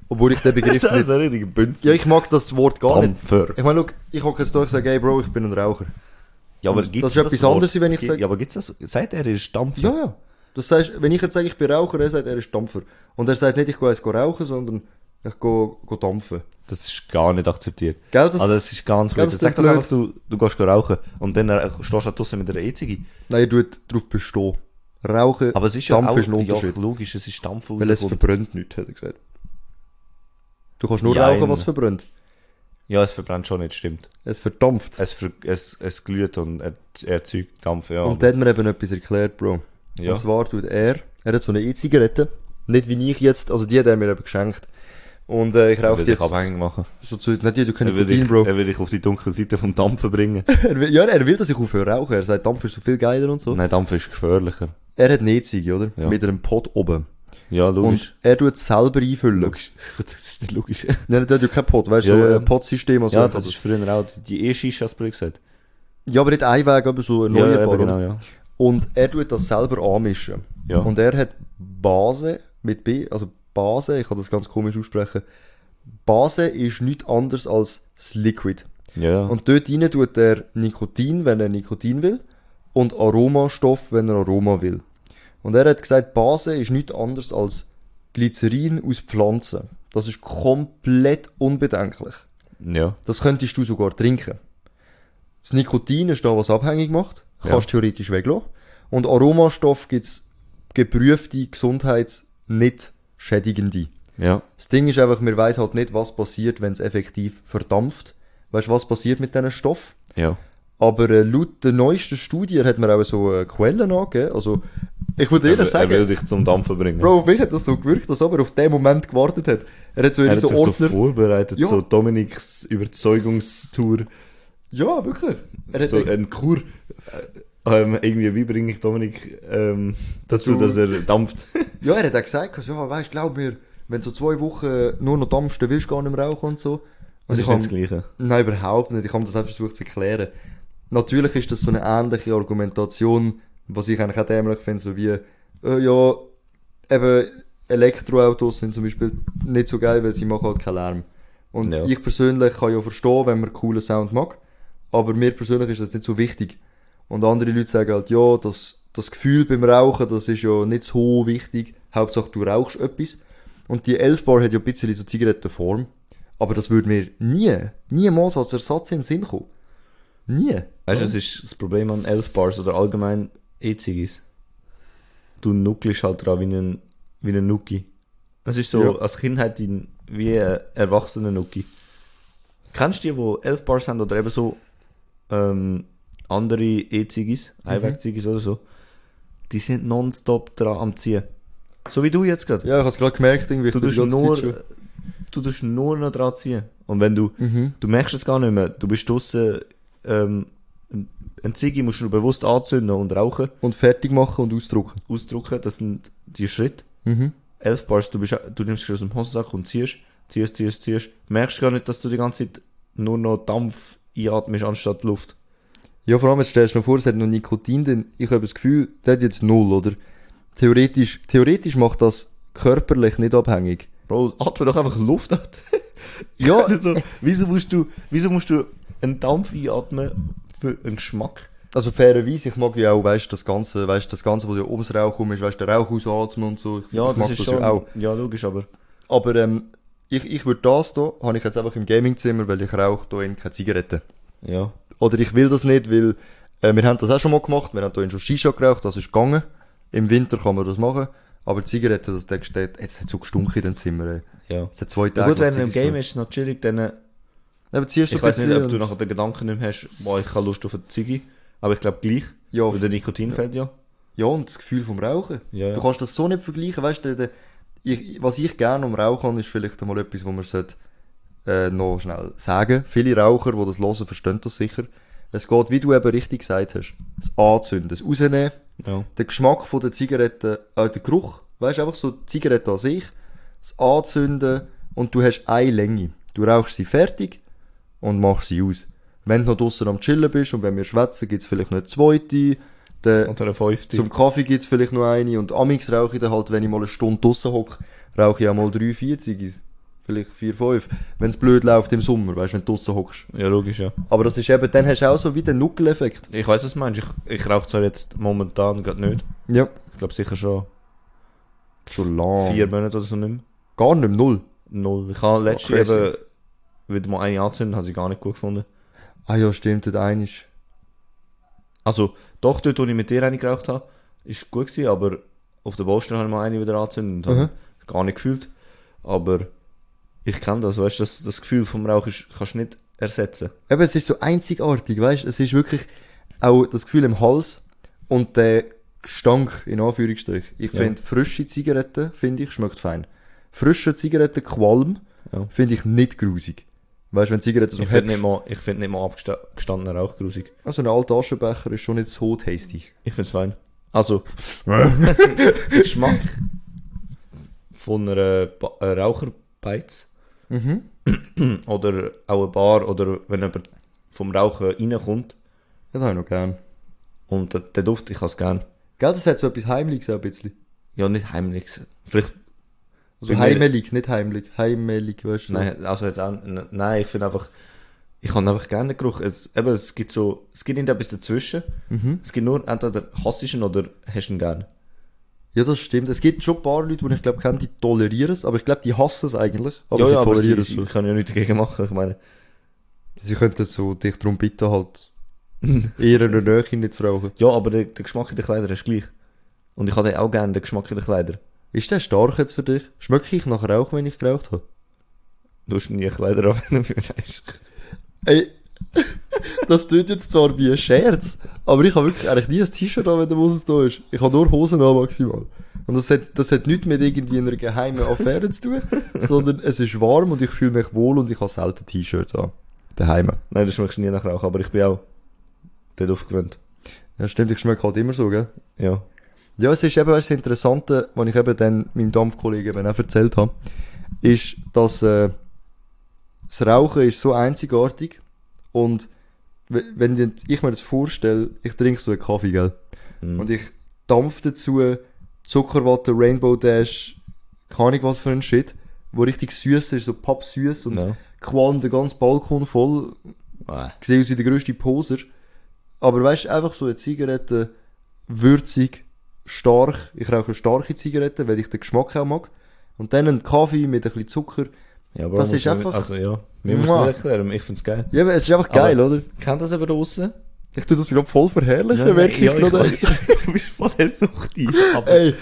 [SPEAKER 1] Obwohl ich den Begriff nicht...
[SPEAKER 2] ein richtiger Bünzler.
[SPEAKER 1] Ja, ich mag das Wort gar nicht.
[SPEAKER 2] Dampfer.
[SPEAKER 1] Ich meine, schau, ich hocke jetzt da und sage, hey Bro, ich bin ein Raucher.
[SPEAKER 2] Ja, aber
[SPEAKER 1] Das ist
[SPEAKER 2] gibt's
[SPEAKER 1] etwas
[SPEAKER 2] Wort?
[SPEAKER 1] anderes, wenn ich
[SPEAKER 2] Gi-
[SPEAKER 1] sag-
[SPEAKER 2] Ja, aber gibt's das? Sagt er, er ist Dampfer?
[SPEAKER 1] Ja, ja. Das heißt, wenn ich jetzt sage, ich bin Raucher, er sagt, er ist Dampfer. Und er sagt nicht, ich gehe jetzt rauchen, sondern ich gehe, gehe dampfen.
[SPEAKER 2] Das ist gar nicht akzeptiert.
[SPEAKER 1] Gell, das-
[SPEAKER 2] also, das ist ganz
[SPEAKER 1] gell,
[SPEAKER 2] blöd.
[SPEAKER 1] das
[SPEAKER 2] Sag doch
[SPEAKER 1] blöd.
[SPEAKER 2] einfach, du, du gehst gehen rauchen und dann äh, stehst du draußen mit einer E-Ziege.
[SPEAKER 1] Nein, er tut darauf bestehen. Rauchen,
[SPEAKER 2] Aber es ist ja
[SPEAKER 1] Dampfen
[SPEAKER 2] auch
[SPEAKER 1] ist ein Unterschied.
[SPEAKER 2] Ja, logisch, es ist Dampf
[SPEAKER 1] weil es
[SPEAKER 2] rauskommt.
[SPEAKER 1] verbrennt nichts, hat er gesagt. Du kannst nur
[SPEAKER 2] Jein.
[SPEAKER 1] rauchen, was verbrennt.
[SPEAKER 2] Ja, es verbrennt schon nicht, stimmt.
[SPEAKER 1] Es verdampft.
[SPEAKER 2] Es, ver es, es glüht und er, erzeugt Dampf, ja.
[SPEAKER 1] Und dann hat mir eben etwas erklärt, Bro.
[SPEAKER 2] Ja.
[SPEAKER 1] Und zwar tut er, er hat so eine E-Zigarette. Nicht wie ich jetzt, also die hat er mir eben geschenkt. Und äh, ich
[SPEAKER 2] er
[SPEAKER 1] rauche
[SPEAKER 2] will
[SPEAKER 1] die
[SPEAKER 2] dich
[SPEAKER 1] jetzt.
[SPEAKER 2] abhängig machen.
[SPEAKER 1] So zu, nicht die, du
[SPEAKER 2] Er
[SPEAKER 1] kennst
[SPEAKER 2] will,
[SPEAKER 1] Nikotin,
[SPEAKER 2] dich,
[SPEAKER 1] Bro.
[SPEAKER 2] er will dich auf die dunkle Seite vom Dampfen bringen.
[SPEAKER 1] Er will, ja, er will, dass ich aufhöre rauchen. Er sagt, Dampf ist so viel geiler und so.
[SPEAKER 2] Nein, Dampf ist gefährlicher.
[SPEAKER 1] Er hat eine E-Ziege, oder?
[SPEAKER 2] Ja.
[SPEAKER 1] Mit einem Pot oben.
[SPEAKER 2] Ja,
[SPEAKER 1] Und
[SPEAKER 2] logisch.
[SPEAKER 1] er tut es selber einfüllen.
[SPEAKER 2] logisch. das ist nicht logisch.
[SPEAKER 1] Nein, der hat ja keinen Pot, weißt du,
[SPEAKER 2] Ja,
[SPEAKER 1] so
[SPEAKER 2] ja.
[SPEAKER 1] ein Pot-System und so. also
[SPEAKER 2] ja, das ist früher auch die- die E-Shisha, hast du vorhin gesagt.
[SPEAKER 1] ja, aber nicht ein Weg, aber so ein
[SPEAKER 2] Ja,
[SPEAKER 1] neuer
[SPEAKER 2] eben,
[SPEAKER 1] Pot.
[SPEAKER 2] genau, ja.
[SPEAKER 1] Und er tut das selber anmischen.
[SPEAKER 2] Ja.
[SPEAKER 1] Und er hat Base mit B, also Base, ich kann das ganz komisch aussprechen. Base ist nichts anderes als das Liquid.
[SPEAKER 2] Ja.
[SPEAKER 1] Und dort rein tut er Nikotin, wenn er Nikotin will, und Aromastoff, wenn er Aroma will. Und er hat gesagt, Base ist nichts anderes als Glycerin aus Pflanzen. Das ist komplett unbedenklich.
[SPEAKER 2] ja.
[SPEAKER 1] Das könntest du sogar trinken. Das Nikotin ist da, was abhängig macht.
[SPEAKER 2] Ja.
[SPEAKER 1] Kannst theoretisch weglassen. Und Aromastoff gibt's geprüfte, gesundheits nicht schädigende.
[SPEAKER 2] Ja.
[SPEAKER 1] Das Ding ist einfach, man weiß halt nicht, was passiert, wenn es effektiv verdampft. Weißt du, was passiert mit diesem Stoff?
[SPEAKER 2] Ja.
[SPEAKER 1] Aber äh, laut der neuesten Studie hat man auch so äh, Quellen angegeben. Also, ich würde ehrlich
[SPEAKER 2] er will
[SPEAKER 1] sagen,
[SPEAKER 2] dich zum Dampfen bringen.
[SPEAKER 1] Bro, auf mich hat das so gewirkt, dass aber auf den Moment gewartet hat. Er hat so,
[SPEAKER 2] er
[SPEAKER 1] irgendwie
[SPEAKER 2] hat
[SPEAKER 1] so
[SPEAKER 2] sich so
[SPEAKER 1] Ordner.
[SPEAKER 2] vorbereitet,
[SPEAKER 1] Ja.
[SPEAKER 2] so Dominiks Überzeugungstour,
[SPEAKER 1] ja, wirklich. Er hat
[SPEAKER 2] so ein Kur. äh, Ähm, irgendwie, wie bringe ich Dominik ähm, dazu,
[SPEAKER 1] Dazu.
[SPEAKER 2] dass er dampft?
[SPEAKER 1] Ja, er hat auch gesagt, also, ja, weißt, glaub mir, wenn du so zwei Wochen nur noch dampfst, dann willst du gar nicht mehr rauchen und so.
[SPEAKER 2] Das
[SPEAKER 1] Also
[SPEAKER 2] ist
[SPEAKER 1] ich
[SPEAKER 2] nicht das
[SPEAKER 1] hab-
[SPEAKER 2] Gleiche.
[SPEAKER 1] Nein, überhaupt nicht. Ich habe das auch versucht zu erklären. Natürlich ist das so eine ähnliche Argumentation, was ich eigentlich auch dämlich finde, so wie, äh, ja, eben Elektroautos sind zum Beispiel nicht so geil, weil sie machen halt keinen Lärm. Und
[SPEAKER 2] Ja.
[SPEAKER 1] ich persönlich kann ja verstehen, wenn man coolen Sound mag, aber mir persönlich ist das nicht so wichtig. Und andere Leute sagen halt, ja, das, das Gefühl beim Rauchen, das ist ja nicht so wichtig. Hauptsache, du rauchst etwas. Und die 11 Bar hat ja ein bisschen so Zigarettenform. Aber das würde mir nie, niemals als Ersatz in den Sinn kommen. Nie.
[SPEAKER 2] Weißt du, es ist das Problem an Elfbars oder allgemein E-Zigis. Du nuckelst halt dran wie ein, wie ein Nuki. Es ist so,
[SPEAKER 1] Ja.
[SPEAKER 2] als Kind hat ihn wie ein erwachsener Nuki. Kennst du die, die Elfbars haben oder eben so ähm, andere E-Zigis, Einweg-Zigis oder so? Die sind nonstop dran am Ziehen. So wie du jetzt gerade.
[SPEAKER 1] Ja, ich habe es gerade gemerkt, irgendwie. ich
[SPEAKER 2] Du
[SPEAKER 1] bin die
[SPEAKER 2] tust,
[SPEAKER 1] ganze Zeit
[SPEAKER 2] nur,
[SPEAKER 1] schon-
[SPEAKER 2] du Mhm. tust nur noch dran ziehen. Und wenn du, du merkst es gar nicht mehr, du bist draussen, ähm, ein- ein Ziggy musst du nur bewusst anzünden und rauchen,
[SPEAKER 1] Und fertig machen und ausdrucken.
[SPEAKER 2] ausdrucken, das sind die Schritte. Elf Bars, du, bist, du nimmst es aus dem Hosensack und ziehst, ziehst, ziehst, ziehst, merkst gar nicht, dass du die ganze Zeit nur noch Dampf einatmest anstatt Luft.
[SPEAKER 1] Ja, vor allem, jetzt stellst du dir vor, es hat noch Nikotin, denn ich habe das Gefühl, der hat jetzt null, oder? Theoretisch, theoretisch macht das körperlich nicht abhängig.
[SPEAKER 2] Bro, atme doch einfach Luft an.
[SPEAKER 1] Ja,
[SPEAKER 2] also, wieso, musst du, wieso musst du einen Dampf einatmen für einen Geschmack?
[SPEAKER 1] Also fairerweise, ich mag ja auch, weißt das Ganze, weißt das Ganze, was ja ums Rauch rum ist, weißt der Rauch ausatmen und so. Ich,
[SPEAKER 2] Ja,
[SPEAKER 1] ich
[SPEAKER 2] das
[SPEAKER 1] mag
[SPEAKER 2] ist
[SPEAKER 1] ja
[SPEAKER 2] schon. Ja, logisch, aber.
[SPEAKER 1] Aber ähm, ich, ich würde das hier, habe ich jetzt einfach im Gamingzimmer, weil ich rauche hier in keine Zigaretten.
[SPEAKER 2] Ja.
[SPEAKER 1] Oder ich will das nicht, weil äh, wir haben das auch schon mal gemacht, wir haben hier in schon Shisha geraucht, das ist gegangen. Im Winter kann man das machen, aber die Zigaretten, das da steht, jetzt hat so gestunken in dem Zimmer. Ey.
[SPEAKER 2] Ja.
[SPEAKER 1] Es hat zwei
[SPEAKER 2] Ja,
[SPEAKER 1] Tage.
[SPEAKER 2] gut, wenn du
[SPEAKER 1] wo
[SPEAKER 2] im
[SPEAKER 1] es
[SPEAKER 2] Game
[SPEAKER 1] ist.
[SPEAKER 2] ist, ist es noch chillig, dann. äh,
[SPEAKER 1] Eben, ziehst du
[SPEAKER 2] Ich
[SPEAKER 1] ein
[SPEAKER 2] weiß nicht, ob du
[SPEAKER 1] bisschen
[SPEAKER 2] nachher den Gedanken nicht mehr hast, boah, ich habe Lust auf eine Ziege. Aber ich glaube gleich.
[SPEAKER 1] Ja.
[SPEAKER 2] Weil der Nikotin fällt ja.
[SPEAKER 1] Ja, und das Gefühl vom Rauchen.
[SPEAKER 2] Ja, ja.
[SPEAKER 1] Du kannst das so nicht vergleichen. Weißt du, der- der- ich, was ich gerne um Rauchen kann, ist vielleicht einmal etwas, wo man sollte, äh, noch schnell sagen Viele Raucher, die das hören, verstehen das sicher. Es geht, wie du eben richtig gesagt hast, das Anzünden, das Rausnehmen,
[SPEAKER 2] Ja.
[SPEAKER 1] der Geschmack von der Zigarette, äh, der Geruch, weißt du, einfach so die Zigarette an sich, das Anzünden und du hast eine Länge. Du rauchst sie fertig und machst sie aus. Wenn du noch draußen am Chillen bist und wenn wir schwätzen, gibt's vielleicht noch eine zweite. Dann
[SPEAKER 2] Unter einer 50.
[SPEAKER 1] zum Kaffee gibt's vielleicht noch eine und amix rauche ich dann halt, wenn ich mal eine Stunde draussen hocke, rauche ich auch mal drei, vier Ziggis. Vielleicht vier, fünf. Wenn's blöd läuft im Sommer, weißt du, wenn du draussen hockst.
[SPEAKER 2] ja, logisch, ja.
[SPEAKER 1] Aber das ist eben, dann hast du auch so wie den Nuckel-Effekt.
[SPEAKER 2] Ich weiß, was du meinst. Ich, ich rauche zwar jetzt momentan gerade nicht.
[SPEAKER 1] Ja.
[SPEAKER 2] Ich glaube sicher schon
[SPEAKER 1] Schon lang.
[SPEAKER 2] vier Monate oder so nicht mehr.
[SPEAKER 1] Gar nicht mehr, null.
[SPEAKER 2] Null. Ich habe letztes
[SPEAKER 1] Oh,
[SPEAKER 2] Jahr
[SPEAKER 1] crazy.
[SPEAKER 2] eben wieder mal eine angezündet, habe sie gar nicht gut gefunden.
[SPEAKER 1] Ah ja, stimmt, dort einisch.
[SPEAKER 2] Also, doch, dort, wo ich mit dir eine geraucht habe, ist gut gewesen, aber auf der Baustelle habe ich mal eine wieder angezündet und habe gar nicht gefühlt. Aber ich kenne das, weißt du, das, das Gefühl vom Rauch ist, kannst du nicht ersetzen.
[SPEAKER 1] Eben, es ist so einzigartig, weißt Es ist wirklich auch das Gefühl im Hals und der Gestank, in Anführungsstrich. Ich
[SPEAKER 2] Ja.
[SPEAKER 1] find finde, frische Zigaretten, finde ich, schmeckt fein. Frische Zigaretten, Qualm,
[SPEAKER 2] Ja.
[SPEAKER 1] finde ich nicht grusig. Weißt du, wenn Zigaretten so
[SPEAKER 2] Ich finde nicht mal, ich finde nicht mal abgestandenen Rauch grusig.
[SPEAKER 1] Also ein alter Aschenbecher ist schon nicht so tasty.
[SPEAKER 2] Ich finde es fein. Also, Geschmack von einer Ba- äh, Raucherbeiz. oder auch eine Bar, oder wenn jemand vom Rauchen reinkommt
[SPEAKER 1] Das habe ich noch gern.
[SPEAKER 2] und der, der Duft, ich habe es gern.
[SPEAKER 1] Gell, das hat so etwas Heimliches auch ein bisschen.
[SPEAKER 2] Ja, nicht heimlich. Vielleicht,
[SPEAKER 1] Also
[SPEAKER 2] Bei mir-
[SPEAKER 1] heimelig, nicht heimlich. Heimelig, weißt du.
[SPEAKER 2] nein, also jetzt auch, n- nein, ich finde einfach, ich habe einfach gerne den Geruch. Es, eben, es gibt so, es gibt nicht etwas dazwischen.
[SPEAKER 1] Mhm.
[SPEAKER 2] Es gibt nur entweder hasst du ihn oder hast du ihn gern.
[SPEAKER 1] Ja, das stimmt. Es gibt schon ein paar Leute, die ich glaube kenne, die tolerieren es, aber ich glaube, die hassen es eigentlich. Aber
[SPEAKER 2] ja,
[SPEAKER 1] sie
[SPEAKER 2] ja, aber sie,
[SPEAKER 1] tolerieren
[SPEAKER 2] sie
[SPEAKER 1] es.
[SPEAKER 2] können ja nichts dagegen machen. Ich meine,
[SPEAKER 1] Sie könnten so dich darum bitten, halt eher in der Nähe nicht zu rauchen.
[SPEAKER 2] ja, aber der, der Geschmack in den Kleidern ist gleich. Und ich hatte auch gerne den Geschmack in den Kleidern.
[SPEAKER 1] Ist der stark jetzt für dich? Schmecke ich nachher auch, wenn ich geraucht habe?
[SPEAKER 2] Du hast nie Kleider an, wenn du mir sagst.
[SPEAKER 1] Ey, das tut jetzt zwar wie ein Scherz, aber ich habe wirklich eigentlich nie ein T-Shirt an, wenn der Moses da ist. Ich habe nur Hosen an maximal. Und das hat, das hat nichts mit irgendwie einer geheimen Affäre zu tun, sondern es ist warm und ich fühle mich wohl und ich habe selten T-Shirts an. Daheim.
[SPEAKER 2] Nein, das schmeckst du nie nach Rauch, aber ich bin auch dort aufgewöhnt.
[SPEAKER 1] Ja, stimmt, ich schmecke halt immer so, gell?
[SPEAKER 2] Ja.
[SPEAKER 1] Ja, es ist eben das Interessante, was ich eben dann meinem Dampfkollegen eben auch erzählt habe, ist, dass äh, das Rauchen ist so einzigartig und w- wenn jetzt- ich mir das vorstelle, ich trinke so einen Kaffee, gell?
[SPEAKER 2] Mhm.
[SPEAKER 1] Und ich dampf dazu Zuckerwatte, Rainbow Dash, keine Ahnung was für ein Shit, wo richtig süß ist, so pappsüß und
[SPEAKER 2] Ja.
[SPEAKER 1] qualm den ganzen Balkon voll,
[SPEAKER 2] Ah.
[SPEAKER 1] sehe aus wie der grösste Poser. Aber weißt du, einfach so eine Zigarette, würzig, stark. Ich rauche starke Zigaretten, weil ich den Geschmack auch mag. Und dann ein Kaffee mit ein bisschen Zucker.
[SPEAKER 2] Ja, aber
[SPEAKER 1] Das
[SPEAKER 2] muss
[SPEAKER 1] ist
[SPEAKER 2] man-
[SPEAKER 1] einfach-
[SPEAKER 2] Also ja, wir müssen
[SPEAKER 1] Mua.
[SPEAKER 2] es nicht erklären, ich find's geil.
[SPEAKER 1] Ja, aber es ist einfach geil,
[SPEAKER 2] Aber-
[SPEAKER 1] oder?
[SPEAKER 2] Kennt das aber draussen?
[SPEAKER 1] Ich tue das gerade voll verherrlichen, merke ich
[SPEAKER 2] ich
[SPEAKER 1] gerade.
[SPEAKER 2] weiß, du bist voll der Suchti. Aber
[SPEAKER 1] Ey,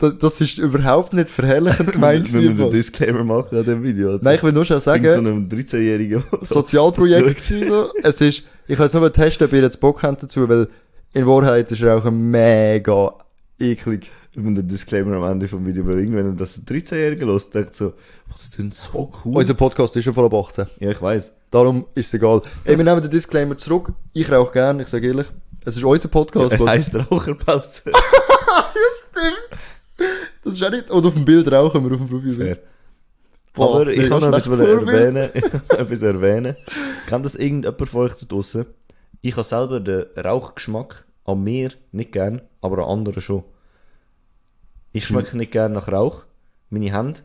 [SPEAKER 1] da- das ist überhaupt nicht verherrlichend gemeint.
[SPEAKER 2] wir müssen einen
[SPEAKER 1] Simon.
[SPEAKER 2] Disclaimer machen an dem Video.
[SPEAKER 1] Nein, ich will nur schon
[SPEAKER 2] Irgend so
[SPEAKER 1] sagen,
[SPEAKER 2] einem 13-Jährigen.
[SPEAKER 1] Sozialprojekt
[SPEAKER 2] Das
[SPEAKER 1] gewesen, so. Es ist, ich kann es nur testen, ob ihr jetzt Bock habt dazu, weil in Wahrheit ist Rauchen mega eklig.
[SPEAKER 2] Wir müssen einen Disclaimer am Ende vom Video bringen, wenn ihr das ein 13-Jähriger hört, denkt so, oh, das klingt so cool.
[SPEAKER 1] Unser Podcast ist schon voll ab 18.
[SPEAKER 2] ja, ich weiß.
[SPEAKER 1] Darum ist es egal. Ey, wir nehmen den Disclaimer zurück. Ich rauche gern, ich sage ehrlich. Es ist unser Podcast.
[SPEAKER 2] Er
[SPEAKER 1] Mann.
[SPEAKER 2] heisst Raucherpause.
[SPEAKER 1] das ist auch nicht. Und auf dem Bild rauchen wir auf dem Profil.
[SPEAKER 2] Fair.
[SPEAKER 1] Boah,
[SPEAKER 2] Aber ich
[SPEAKER 1] mega
[SPEAKER 2] kann noch etwas
[SPEAKER 1] schlechtes Vorbild.
[SPEAKER 2] erwähnen. etwas erwähnen. Kann das irgendjemand von euch da draussen? Ich habe selber den Rauchgeschmack an mir nicht gern, aber an anderen schon. Ich schmecke nicht gern nach Rauch. Meine Hände,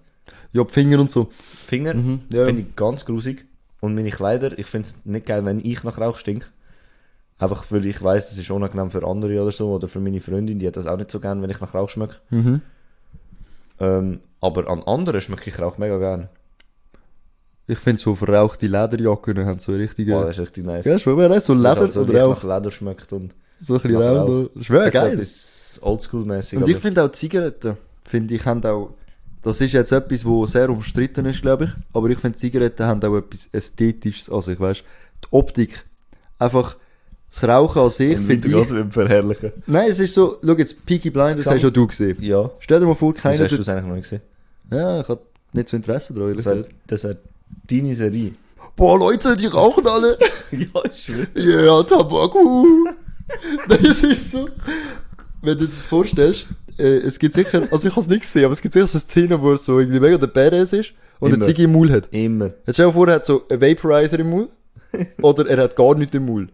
[SPEAKER 1] Ja, die Finger und so.
[SPEAKER 2] Finger
[SPEAKER 1] ja.
[SPEAKER 2] finde ich ganz grusig. Und meine Kleider, ich finde es nicht geil, wenn ich nach Rauch stinke. Einfach weil ich weiß, es ist unangenehm für andere oder so. Oder für meine Freundin, die hat das auch nicht so gern, wenn ich
[SPEAKER 1] Mhm.
[SPEAKER 2] nach Rauch schmecke. Ähm, aber an anderen schmecke ich Rauch mega gern.
[SPEAKER 1] Ich finde so verrauchte Lederjacken haben so richtige...
[SPEAKER 2] Boah, das ist richtig nice.
[SPEAKER 1] ja, ist schon mehr, so
[SPEAKER 2] Weil's
[SPEAKER 1] Leder
[SPEAKER 2] halt so
[SPEAKER 1] oder
[SPEAKER 2] leicht
[SPEAKER 1] auch
[SPEAKER 2] nach Leder schmeckt und
[SPEAKER 1] so ein bisschen
[SPEAKER 2] nach Rauch.
[SPEAKER 1] Rauch. Das ist mega
[SPEAKER 2] Es hat so
[SPEAKER 1] geil.
[SPEAKER 2] etwas oldschool-mäßig.
[SPEAKER 1] Und ich
[SPEAKER 2] aber-
[SPEAKER 1] finde auch Zigaretten, finde ich, haben auch, das ist jetzt etwas, wo sehr umstritten ist, glaube ich, aber ich finde Zigaretten haben auch etwas Ästhetisches an sich, weißt Die Optik. Einfach das Rauchen an sich,
[SPEAKER 2] Und mit
[SPEAKER 1] finde
[SPEAKER 2] der
[SPEAKER 1] ich.
[SPEAKER 2] ganzen mit dem Verherrlichen.
[SPEAKER 1] Nein, es ist so, schau jetzt, Peaky Blinders
[SPEAKER 2] Das
[SPEAKER 1] hast ja du gesehen.
[SPEAKER 2] Ja.
[SPEAKER 1] Stell dir mal vor,
[SPEAKER 2] Das
[SPEAKER 1] keiner...
[SPEAKER 2] hast du es eigentlich noch nicht gesehen.
[SPEAKER 1] Ja, ich hab nicht so Interesse daran, ehrlich
[SPEAKER 2] Das
[SPEAKER 1] gesagt.
[SPEAKER 2] hat, das hat deine Serie.
[SPEAKER 1] Boah, Leute, die rauchen alle!
[SPEAKER 2] ja, ich schwöre.
[SPEAKER 1] Ja, yeah, Tabak, uh. Nein, es ist so. Wenn du dir das vorstellst, äh, es gibt sicher, also ich habe es nicht gesehen, aber es gibt sicher so eine Szene, wo er so irgendwie mega der Badass ist und eine
[SPEAKER 2] Immer.
[SPEAKER 1] Ziege im Maul hat.
[SPEAKER 2] Immer.
[SPEAKER 1] Jetzt stell dir vor, er hat so einen Vaporizer im Maul oder er hat gar nichts im Maul.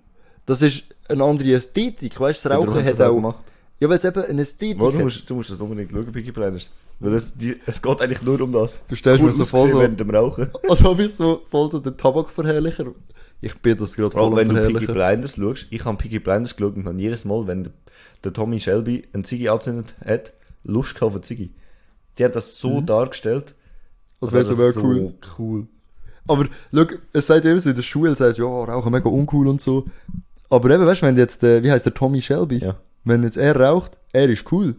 [SPEAKER 1] Das ist eine andere Ästhetik, weißt du, das
[SPEAKER 2] Darum
[SPEAKER 1] Rauchen
[SPEAKER 2] haben sie
[SPEAKER 1] hat
[SPEAKER 2] das auch
[SPEAKER 1] auch...
[SPEAKER 2] gemacht.
[SPEAKER 1] Ja, weil es eben eine Ästhetik
[SPEAKER 2] Bro, du,
[SPEAKER 1] hat.
[SPEAKER 2] musst, du musst das unbedingt schauen, Peaky Blinders. Weil es, die, es geht eigentlich nur um das.
[SPEAKER 1] Du stellst mir so vor,
[SPEAKER 2] ausgesehen
[SPEAKER 1] so-
[SPEAKER 2] während dem Rauchen.
[SPEAKER 1] Also hab ich so voll so den Tabakverherrlicher. Ich bin das gerade
[SPEAKER 2] Vor allem,
[SPEAKER 1] voll am
[SPEAKER 2] wenn du Peaky
[SPEAKER 1] Verherrlicher.
[SPEAKER 2] Blinders schaust, ich habe Peaky Blinders geschaut und habe jedes Mal, wenn der, der Tommy Shelby einen Ziggy angezündet hat, Lust gehabt auf eine Ziggy. Die haben das
[SPEAKER 1] Mhm.
[SPEAKER 2] so dargestellt.
[SPEAKER 1] Das wäre so mega
[SPEAKER 2] das
[SPEAKER 1] cool.
[SPEAKER 2] cool.
[SPEAKER 1] Aber schau, es sagt immer so in der Schule, es sagt, ja, oh, Rauchen mega uncool und so. Aber eben, weißt du, wenn jetzt, äh, wie heißt der Tommy Shelby?
[SPEAKER 2] Ja.
[SPEAKER 1] Wenn jetzt er raucht, er ist cool.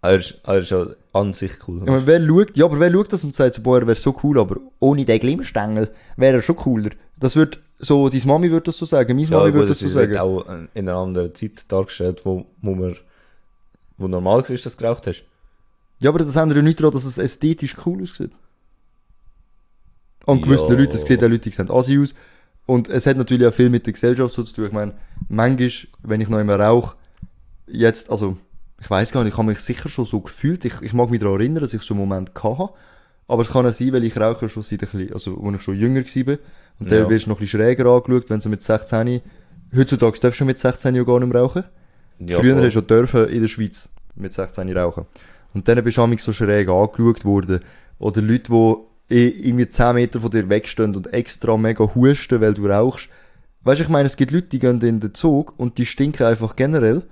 [SPEAKER 2] Er ist, er ist ja an sich cool.
[SPEAKER 1] Ich meine, wer schaut, ja, aber wer schaut das und sagt so, boah, er wäre so cool, aber ohne den Glimmstängel wäre er schon cooler. Das wird so, deine Mami würde das so sagen, meine Mami
[SPEAKER 2] gut,
[SPEAKER 1] würde das so
[SPEAKER 2] ist halt
[SPEAKER 1] sagen.
[SPEAKER 2] auch in einer anderen Zeit dargestellt, wo, wo, man, wo normal war, dass du geraucht hast.
[SPEAKER 1] Ja, aber das ändert ja nicht daran, dass es ästhetisch cool aussieht. An gewissen
[SPEAKER 2] Ja.
[SPEAKER 1] Leuten, es sieht auch Leute, die sehen assi aus. Und es hat natürlich auch viel mit der Gesellschaft so zu tun. Ich meine, manchmal, wenn ich noch immer rauche, jetzt, also, ich weiß gar nicht, ich habe mich sicher schon so gefühlt. Ich, ich mag mich daran erinnern, dass ich so einen Moment hatte. Aber es kann auch sein, weil ich rauche schon seit ein bisschen, also, als ich schon jünger war. Und dann
[SPEAKER 2] Ja.
[SPEAKER 1] wirst du noch ein bisschen schräger angeschaut, wenn du mit 16, heutzutage darfst du mit 16 ja gar nicht mehr rauchen.
[SPEAKER 2] Ja,
[SPEAKER 1] Früher
[SPEAKER 2] voll.
[SPEAKER 1] hast du ja dürfen in der Schweiz mit 16 rauchen. Und dann bist du manchmal so schräg angeschaut worden. Oder Leute, die eh irgendwie 10 Meter von dir wegstehen und extra mega husten, weil du rauchst. Weißt du, ich meine, es gibt Leute, die gehen in den Zug und die stinken einfach generell.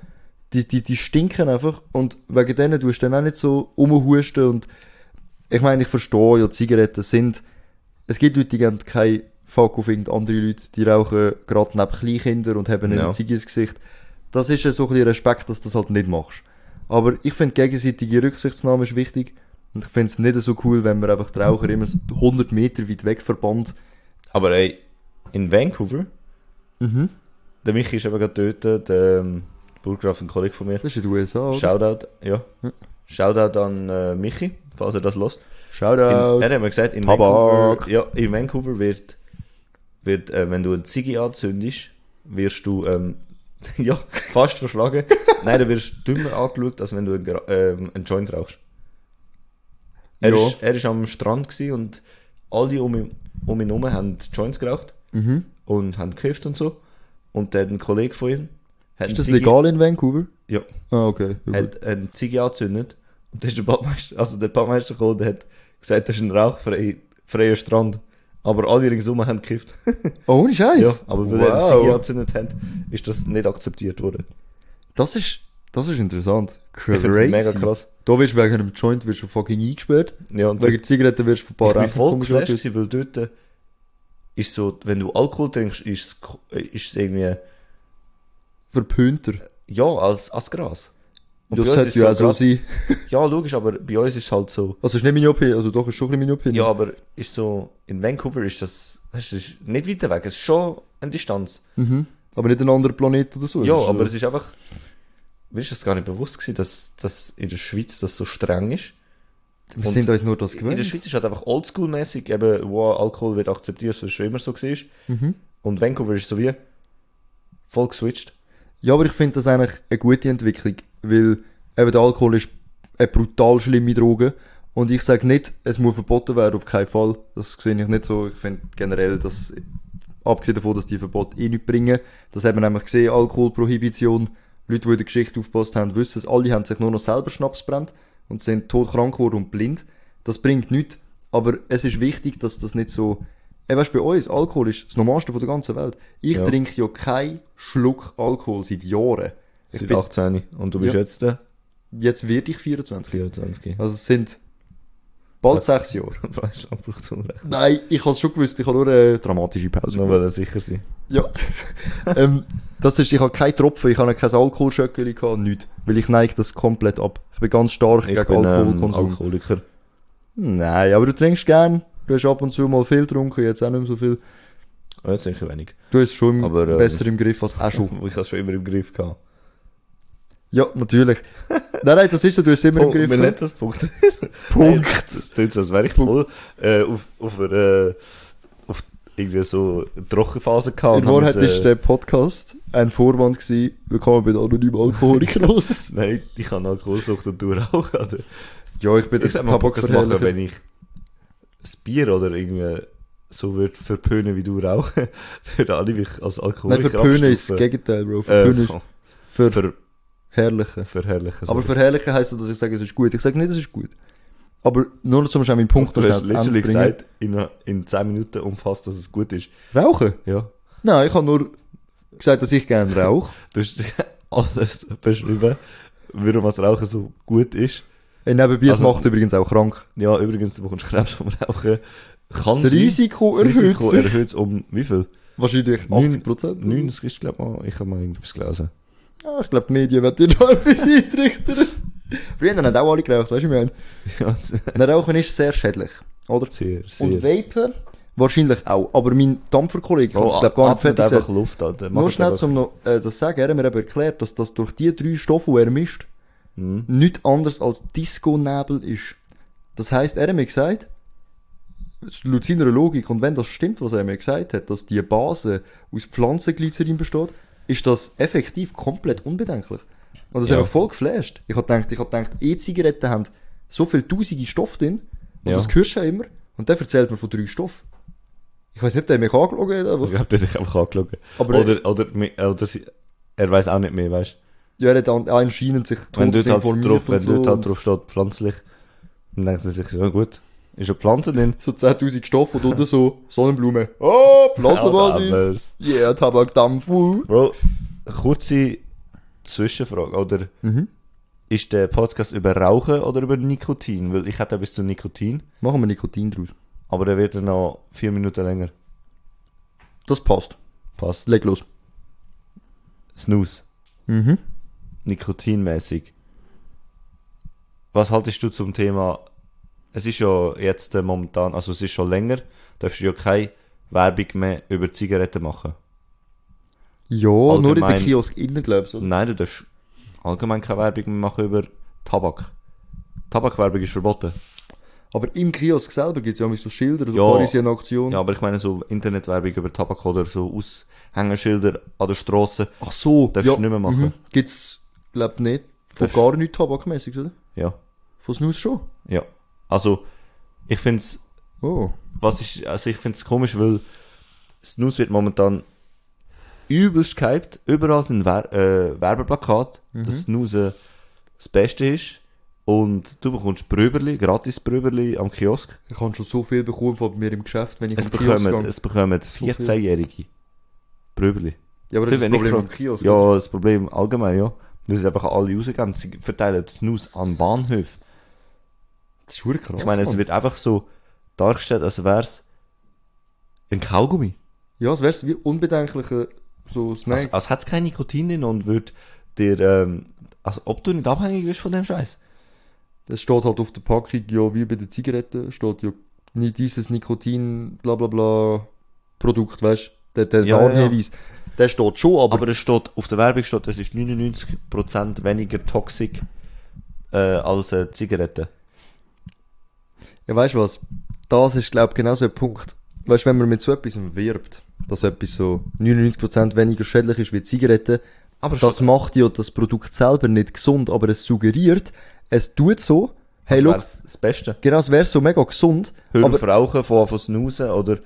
[SPEAKER 1] Die, die, die stinken einfach und wegen denen tust du dann auch nicht so rumhusten und ich meine, ich verstehe ja, Zigaretten sind, es gibt Leute, die haben keinen Fuck auf irgendeine andere Leute, die rauchen gerade neben Kleinkindern und haben
[SPEAKER 2] Ja.
[SPEAKER 1] eine Ziege ins Gesicht. Das ist ja so ein bisschen Respekt, dass du das halt nicht machst. Aber ich finde, gegenseitige Rücksichtnahme ist wichtig. Und ich finde es nicht so cool, wenn man einfach die Raucher immer so 100 Meter weit weg verbannt.
[SPEAKER 2] Aber ey, in Vancouver, der Michi ist eben gerade dort, der ähm, Burggraf, ein Kollege von mir.
[SPEAKER 1] Das ist in den USA. oder?
[SPEAKER 2] Shoutout, ja. Shoutout an äh, Michi, falls er das lost. In,
[SPEAKER 1] Shoutout.
[SPEAKER 2] er hat mir gesagt, in
[SPEAKER 1] Äh, Tabak.
[SPEAKER 2] Vancouver, ja, in Vancouver wird, wird äh, wenn du eine Ziege anzündest, wirst du ähm, ja, fast verschlagen. Nein, du wirst dümmer angeschaut, als wenn du einen, Gra- ähm, einen Joint rauchst. Er,
[SPEAKER 1] Ja.
[SPEAKER 2] ist, er ist am Strand gewesen und alle um ihn, um ihn herum haben Joints geraucht
[SPEAKER 1] Mhm.
[SPEAKER 2] und haben gekifft und so. Und dann hat ein Kollege von ihm. Hat einen
[SPEAKER 1] Ist das
[SPEAKER 2] Ziggy-
[SPEAKER 1] legal in Vancouver?
[SPEAKER 2] Ja
[SPEAKER 1] Ah, okay. Ja, gut.
[SPEAKER 2] hat eine Ziege angezündet und da ist der Badmeister, also der Badmeister gekommen und hat gesagt, das ist ein rauchfreier freier Strand. Aber alle ringsum haben gekifft.
[SPEAKER 1] Oh, ohne Scheiß.
[SPEAKER 2] ja, aber weil er eine Ziege angezündet hat, ist das nicht akzeptiert worden.
[SPEAKER 1] Das ist, das ist interessant. Crazy.
[SPEAKER 2] Ich finde es mega krass.
[SPEAKER 1] Da wirst du wegen einem Joint wirst du fucking eingesperrt.
[SPEAKER 2] Ja, und
[SPEAKER 1] Wegen der Zigaretten wirst du von ein
[SPEAKER 2] ich
[SPEAKER 1] paar
[SPEAKER 2] bin voll
[SPEAKER 1] komisch
[SPEAKER 2] geflasht,
[SPEAKER 1] angeschaut.
[SPEAKER 2] gewesen, weil dort äh, ist so, wenn du Alkohol trinkst, ist es ko- äh, ist es irgendwie,
[SPEAKER 1] Verpönter.
[SPEAKER 2] ja, als, als Gras. Und
[SPEAKER 1] Ja,
[SPEAKER 2] bei
[SPEAKER 1] das sollte
[SPEAKER 2] uns ist
[SPEAKER 1] ja auch so
[SPEAKER 2] es so grad,
[SPEAKER 1] sein.
[SPEAKER 2] ja, logisch, aber bei uns ist es halt so,
[SPEAKER 1] Also ist nicht meine OP, also doch ist schon ein bisschen meine OP.
[SPEAKER 2] Ja, aber ist so, in Vancouver ist das, das ist nicht weiter weg, es ist schon eine Distanz.
[SPEAKER 1] Mhm. Aber nicht ein anderer Planet oder so. Das ist
[SPEAKER 2] ja, aber
[SPEAKER 1] so-
[SPEAKER 2] es ist einfach, mir ist das gar nicht bewusst gewesen, dass, dass in der Schweiz das so streng ist.
[SPEAKER 1] Wir sind uns nur das
[SPEAKER 2] In der
[SPEAKER 1] gewöhnt.
[SPEAKER 2] Schweiz ist halt einfach oldschool-mäßig, eben, wow, Alkohol wird akzeptiert, was schon immer so war.
[SPEAKER 1] Mhm.
[SPEAKER 2] Und Vancouver ist so wie, voll geswitcht.
[SPEAKER 1] Ja, aber ich finde das eigentlich eine gute Entwicklung, weil eben der Alkohol ist eine brutal schlimme Droge. Und ich sage nicht, es muss verboten werden, auf keinen Fall. Das sehe ich nicht so. Ich finde generell, dass, abgesehen davon, dass die Verbote eh nichts bringen, das hat man nämlich gesehen, Alkoholprohibition. Leute, die in der Geschichte aufgepasst haben, wissen es. Alle haben sich nur noch selber Schnaps brennt und sind todkrank geworden und blind. Das bringt nichts. Aber es ist wichtig, dass das nicht so... Ey, Äh, weißt, du, bei uns, Alkohol ist das Normalste von der ganzen Welt. Ich
[SPEAKER 2] Ja.
[SPEAKER 1] trinke ja keinen Schluck Alkohol seit Jahren. Ich
[SPEAKER 2] Seit
[SPEAKER 1] bin,
[SPEAKER 2] 18. Und du bist
[SPEAKER 1] Ja.
[SPEAKER 2] jetzt der
[SPEAKER 1] jetzt werde ich 24.
[SPEAKER 2] 24.
[SPEAKER 1] Also es sind Bald sechs Jahre.
[SPEAKER 2] Weißt du, braucht es Unrecht.
[SPEAKER 1] Nein, ich hab's schon gewusst, ich habe nur eine dramatische Pause.
[SPEAKER 2] Nur
[SPEAKER 1] gemacht.
[SPEAKER 2] weil er sicher sein.
[SPEAKER 1] Ja. ähm, das ist, ich habe keinen Tropfen, ich habe kein Alkoholschöckchen gehabt, nichts. Weil ich neige das komplett ab. Ich bin ganz stark
[SPEAKER 2] Ich
[SPEAKER 1] gegen
[SPEAKER 2] bin ähm,
[SPEAKER 1] Alkoholkonsum.
[SPEAKER 2] Alkoholiker.
[SPEAKER 1] Nein, aber du trinkst gern. Du hast ab und zu mal viel getrunken, jetzt auch nicht mehr so viel.
[SPEAKER 2] Ja, jetzt sicher wenig.
[SPEAKER 1] Du hast es schon im-
[SPEAKER 2] Aber, ähm,
[SPEAKER 1] besser im Griff als auch schon.
[SPEAKER 2] Ich habe es schon immer im Griff gehabt.
[SPEAKER 1] Ja, natürlich. nein, nein, das ist so, du hast es immer im Griff.
[SPEAKER 2] wir
[SPEAKER 1] gehabt.
[SPEAKER 2] nennen das Oh, Punkt. Punkt. Äh, das tut so, als wäre ich voll äh, auf, auf, einer, äh, auf irgendwie so eine Trockenphase gehabt.
[SPEAKER 1] In
[SPEAKER 2] und haben
[SPEAKER 1] Wahrheit
[SPEAKER 2] es,
[SPEAKER 1] ist der Podcast ein Vorwand gewesen, willkommen bei den anonymen Alkoholikern.
[SPEAKER 2] Gross. Nein, ich habe Alkoholsucht und du auch. Oder?
[SPEAKER 1] ja, ich bin
[SPEAKER 2] Ich
[SPEAKER 1] der
[SPEAKER 2] sag mal, das machen,
[SPEAKER 1] Tabakverherrlicher.
[SPEAKER 2] wenn ich das Bier oder irgendwie so würde verpönen wie du rauchen, dann würde alle mich als
[SPEAKER 1] Nein,
[SPEAKER 2] Alkoholiker
[SPEAKER 1] verpönen ist das
[SPEAKER 2] abstufen.
[SPEAKER 1] Gegenteil, Bro.
[SPEAKER 2] Äh, Also
[SPEAKER 1] Verpönen
[SPEAKER 2] ver-
[SPEAKER 1] ist
[SPEAKER 2] ver
[SPEAKER 1] verherrlichen.
[SPEAKER 2] verherrlichen.
[SPEAKER 1] Aber verherrlichen heisst so, dass ich sage, es ist gut. Ich sage nicht, es ist gut. Aber nur zum Beispiel meinen Punkt
[SPEAKER 2] Du
[SPEAKER 1] noch
[SPEAKER 2] hast
[SPEAKER 1] schnell zu Ende
[SPEAKER 2] letztlich
[SPEAKER 1] bringen.
[SPEAKER 2] gesagt, in, einer- in 10 Minuten umfasst, dass es gut ist.
[SPEAKER 1] Rauchen?
[SPEAKER 2] Ja.
[SPEAKER 1] Nein, ich habe nur gesagt, dass ich gerne rauche.
[SPEAKER 2] Du hast Dus alles beschrieben, warum das Rauchen so gut ist.
[SPEAKER 1] Äh, Nebenbei, es
[SPEAKER 2] Also-
[SPEAKER 1] macht übrigens auch krank.
[SPEAKER 2] Ja, übrigens, du bekommst Krebs vom Rauchen.
[SPEAKER 1] Das
[SPEAKER 2] Kann sein.
[SPEAKER 1] Risiko
[SPEAKER 2] Das
[SPEAKER 1] erhöht
[SPEAKER 2] Risiko
[SPEAKER 1] sich.
[SPEAKER 2] erhöht es um wie viel?
[SPEAKER 1] Wahrscheinlich
[SPEAKER 2] Neun-
[SPEAKER 1] 80 Prozent.
[SPEAKER 2] 9, das ist glaube ich mal, ich habe mal irgendwas gelesen.
[SPEAKER 1] Ja, ich glaube, die Medien werden dir noch etwas eintrichtern. Früher haben auch alle geraucht, weißt du, wie ich meine?
[SPEAKER 2] Ja,
[SPEAKER 1] Nein, Rauchen ist sehr schädlich, oder?
[SPEAKER 2] sehr, sehr.
[SPEAKER 1] Und Vapor wahrscheinlich auch. Aber mein Dampferkollege
[SPEAKER 2] Oh,
[SPEAKER 1] hat es, glaube ich, gar nicht
[SPEAKER 2] atmet
[SPEAKER 1] fertig
[SPEAKER 2] einfach
[SPEAKER 1] gesagt.
[SPEAKER 2] Luft, Alter.
[SPEAKER 1] Nur
[SPEAKER 2] Macht
[SPEAKER 1] schnell,
[SPEAKER 2] einfach-
[SPEAKER 1] um noch äh, das zu sagen, er hat mir eben erklärt, dass das durch die drei Stoffe, die er mischt, nichts anderes als Disco-Nebel ist. Das heisst, er hat mir gesagt, laut seiner Logik, und wenn das stimmt, was er mir gesagt hat, dass die Base aus Pflanzenglycerin besteht, ist das effektiv komplett unbedenklich. Und das
[SPEAKER 2] Ja.
[SPEAKER 1] hat mich voll geflasht. Ich hab gedacht, ich hab gedacht, E-Zigaretten haben so viele tausende Stoffe drin, und
[SPEAKER 2] Ja.
[SPEAKER 1] das hörst du ja immer, und der erzählt mir von drei Stoffen. Ich weiß nicht, ob der mich angeschaut hat, aber
[SPEAKER 2] Ich glaube, der hat dich einfach angeschaut.
[SPEAKER 1] Aber-
[SPEAKER 2] oder, oder, mi- oder sie, er weiß auch nicht mehr, weißt
[SPEAKER 1] ja, er hat an- anscheinend sich
[SPEAKER 2] du? Wenn
[SPEAKER 1] kurz
[SPEAKER 2] dort halt drauf, wenn dort halt
[SPEAKER 1] und
[SPEAKER 2] drauf steht, pflanzlich, dann denkt er sich, ja gut, ist eine Pflanze drin.
[SPEAKER 1] so 10.000 Stoffe und unten so Sonnenblume. Oh, Pflanzenbasis. yeah, Tabakdampf. uh.
[SPEAKER 2] Bro, kurze Zwischenfrage, oder ist der Podcast über Rauchen oder über Nikotin? Weil ich hätte bis zu Nikotin,
[SPEAKER 1] Machen wir Nikotin draus.
[SPEAKER 2] aber der wird dann noch vier Minuten länger.
[SPEAKER 1] Das passt.
[SPEAKER 2] Passt.
[SPEAKER 1] Leg los.
[SPEAKER 2] Snooze.
[SPEAKER 1] Mhm.
[SPEAKER 2] nikotinmäßig. Was haltest du zum Thema? Es ist ja jetzt äh, momentan, also es ist schon länger, darfst du ja keine Werbung mehr über Zigaretten machen.
[SPEAKER 1] Ja, nur in
[SPEAKER 2] Allgemein- Mhm.
[SPEAKER 1] den Kiosk innen, glaubst du?
[SPEAKER 2] Nein, du darfst allgemein keine Werbung mehr machen über Tabak. Tabakwerbung ist verboten.
[SPEAKER 1] Aber im Kiosk selber gibt es ja immer so Schilder, so
[SPEAKER 2] Ja.
[SPEAKER 1] Parisien-Aktion.
[SPEAKER 2] Ja, aber ich meine so Internetwerbung über Tabak oder so Aushängeschilder an der Straße.
[SPEAKER 1] Ach so. Mhm.
[SPEAKER 2] Darfst du nicht mehr machen.
[SPEAKER 1] Gibt's, glaub nicht. Von
[SPEAKER 2] Darfst-
[SPEAKER 1] gar nichts tabakmäßig, oder?
[SPEAKER 2] Ja,
[SPEAKER 1] Von Snus schon.
[SPEAKER 2] ja. Also ich finde es
[SPEAKER 1] Oh.
[SPEAKER 2] was ist, also ich finde es komisch, weil Snus wird momentan übelst gehypt. Überall sind Wer äh, Werbeplakate,
[SPEAKER 1] Mhm.
[SPEAKER 2] dass Snus äh, das Beste ist. Und du bekommst Bröberli, gratis Bröberli am Kiosk.
[SPEAKER 1] Ich kann schon so viel bekommen von mir im Geschäft, wenn ich
[SPEAKER 2] Es
[SPEAKER 1] im Kiosk
[SPEAKER 2] bekommen,
[SPEAKER 1] gehe.
[SPEAKER 2] es bekommen
[SPEAKER 1] viel.
[SPEAKER 2] 14-jährige Bröberli.
[SPEAKER 1] Ja, aber das
[SPEAKER 2] Du,
[SPEAKER 1] ist
[SPEAKER 2] wenn
[SPEAKER 1] das
[SPEAKER 2] ich
[SPEAKER 1] Problem
[SPEAKER 2] frage-
[SPEAKER 1] im Kiosk.
[SPEAKER 2] Ja, das Problem allgemein, ja. Das ist einfach alle rausgehen. Sie verteilen Snus an Bahnhöfen.
[SPEAKER 1] Das ist wirklich krass.
[SPEAKER 2] Ich meine, es
[SPEAKER 1] Mann.
[SPEAKER 2] wird einfach so dargestellt, als wäre es ein Kaugummi.
[SPEAKER 1] ja, es wär's wie unbedenklicher so Snack.
[SPEAKER 2] Als, als hätte es keine Nikotin drin und würde dir, ähm, als ob du nicht abhängig bist von dem Scheiß.
[SPEAKER 1] Es steht halt auf der Packung, ja, wie bei den Zigaretten, steht ja nie dieses Nikotin, bla bla bla Produkt, weißt du? Der, der
[SPEAKER 2] Ja,
[SPEAKER 1] Warnhinweis. Der steht schon, aber,
[SPEAKER 2] Aber es steht, auf der Werbung steht, es ist 99% weniger toxisch äh, als äh, Zigaretten.
[SPEAKER 1] ja, weißt du was? Das ist, glaube ich, genau so ein Punkt. Weißt du, wenn man mit so etwas wirbt, dass etwas so 99% weniger schädlich ist wie Zigaretten, aber das macht ja das Produkt selber nicht gesund, aber es suggeriert, es tut so, hey,
[SPEAKER 2] Das
[SPEAKER 1] schau,
[SPEAKER 2] wär's das Beste.
[SPEAKER 1] genau, es wäre so mega gesund,
[SPEAKER 2] Hör
[SPEAKER 1] aber
[SPEAKER 2] auf rauchen, von von snoosen oder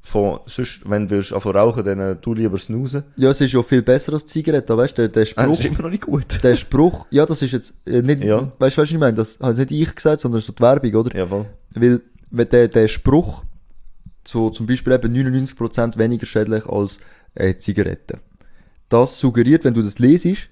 [SPEAKER 2] von, sonst, wenn du willst anfangen rauchen, dann äh, tu lieber snoosen.
[SPEAKER 1] ja, es ist ja viel besser als Zigaretten, weißt du, der, der
[SPEAKER 2] Äh, Das
[SPEAKER 1] Spruch.
[SPEAKER 2] ist immer noch nicht gut.
[SPEAKER 1] der Spruch, ja, das ist jetzt äh, nicht,
[SPEAKER 2] Ja.
[SPEAKER 1] weißt du, weißt du, was ich meine? Das hat nicht ich gesagt, sondern so die Werbung, oder?
[SPEAKER 2] Ja, voll.
[SPEAKER 1] Weil, wenn der, der Spruch, so zum Beispiel eben 99% weniger schädlich als äh, Zigaretten. Das suggeriert, wenn du das lesest,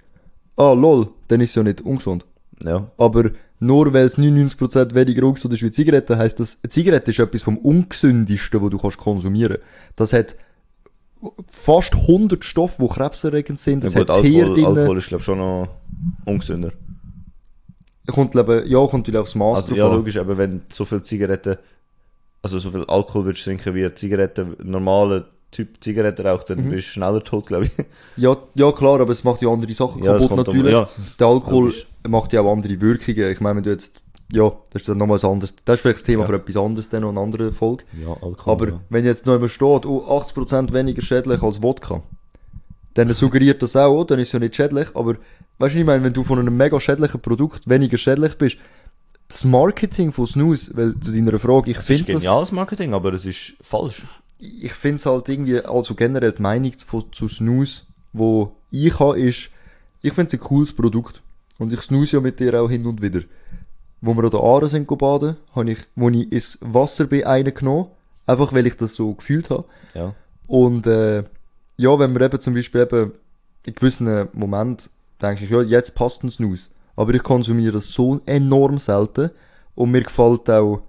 [SPEAKER 1] ah, lol, dann ist es ja nicht ungesund.
[SPEAKER 2] Ja.
[SPEAKER 1] Aber Nur weil es 99% weniger ungesund ist wie Zigaretten, heisst das, eine Zigarette ist etwas vom ungesündesten, was du kannst konsumieren Das hat fast 100 Stoffe, die krebserregend sind. Das
[SPEAKER 2] ja, gut,
[SPEAKER 1] hat Teer
[SPEAKER 2] Alkohol,
[SPEAKER 1] drin.
[SPEAKER 2] Alkohol ist, glaube ich, schon noch ungesünder.
[SPEAKER 1] Kommt, eben- ja, kommt natürlich aufs Maß
[SPEAKER 2] Also,
[SPEAKER 1] drauf
[SPEAKER 2] ja,
[SPEAKER 1] an.
[SPEAKER 2] logisch, aber wenn du so viel Zigaretten, also so viel Alkohol würdest trinken wie ein Zigarette, normaler Typ Zigarette raucht, dann bist du schneller tot, glaube ich.
[SPEAKER 1] Ja, ja, klar, aber es macht ja andere Sachen
[SPEAKER 2] Ja, das
[SPEAKER 1] kaputt
[SPEAKER 2] kommt aber-
[SPEAKER 1] natürlich.
[SPEAKER 2] ja.
[SPEAKER 1] Der Alkohol
[SPEAKER 2] Logisch.
[SPEAKER 1] macht ja auch andere Wirkungen. Ich meine, wenn du jetzt, ja, das ist dann nochmal ein anderes, das ist vielleicht das Thema
[SPEAKER 2] Ja.
[SPEAKER 1] für etwas anderes dann noch eine andere Folge.
[SPEAKER 2] Ja, Alkohol.
[SPEAKER 1] Aber wenn jetzt noch jemand steht, oh, 80% weniger schädlich als Wodka, dann suggeriert das auch, oh, dann ist es ja nicht schädlich, aber weißt du, ich meine, wenn du von einem mega schädlichen Produkt weniger schädlich bist, das Marketing von Snus, weil zu deiner Frage, ich
[SPEAKER 2] Es ist
[SPEAKER 1] finde das,
[SPEAKER 2] geniales Marketing, aber es ist falsch.
[SPEAKER 1] ich finde es halt irgendwie, also generell die Meinung von, zu Snus, wo ich habe, ist, ich finde es ein cooles Produkt. Und ich snus ja mit dir auch hin und wieder. Wo wir an der Aare sind go baden, habe ich, wo ich ins Wasser bin, einen genommen. Einfach weil ich das so gefühlt habe.
[SPEAKER 2] Ja.
[SPEAKER 1] Und äh, ja, wenn wir eben zum Beispiel eben in gewissen Moment denke ich, ja, jetzt passt ein Snus. Aber ich konsumiere das so enorm selten und mir gefällt auch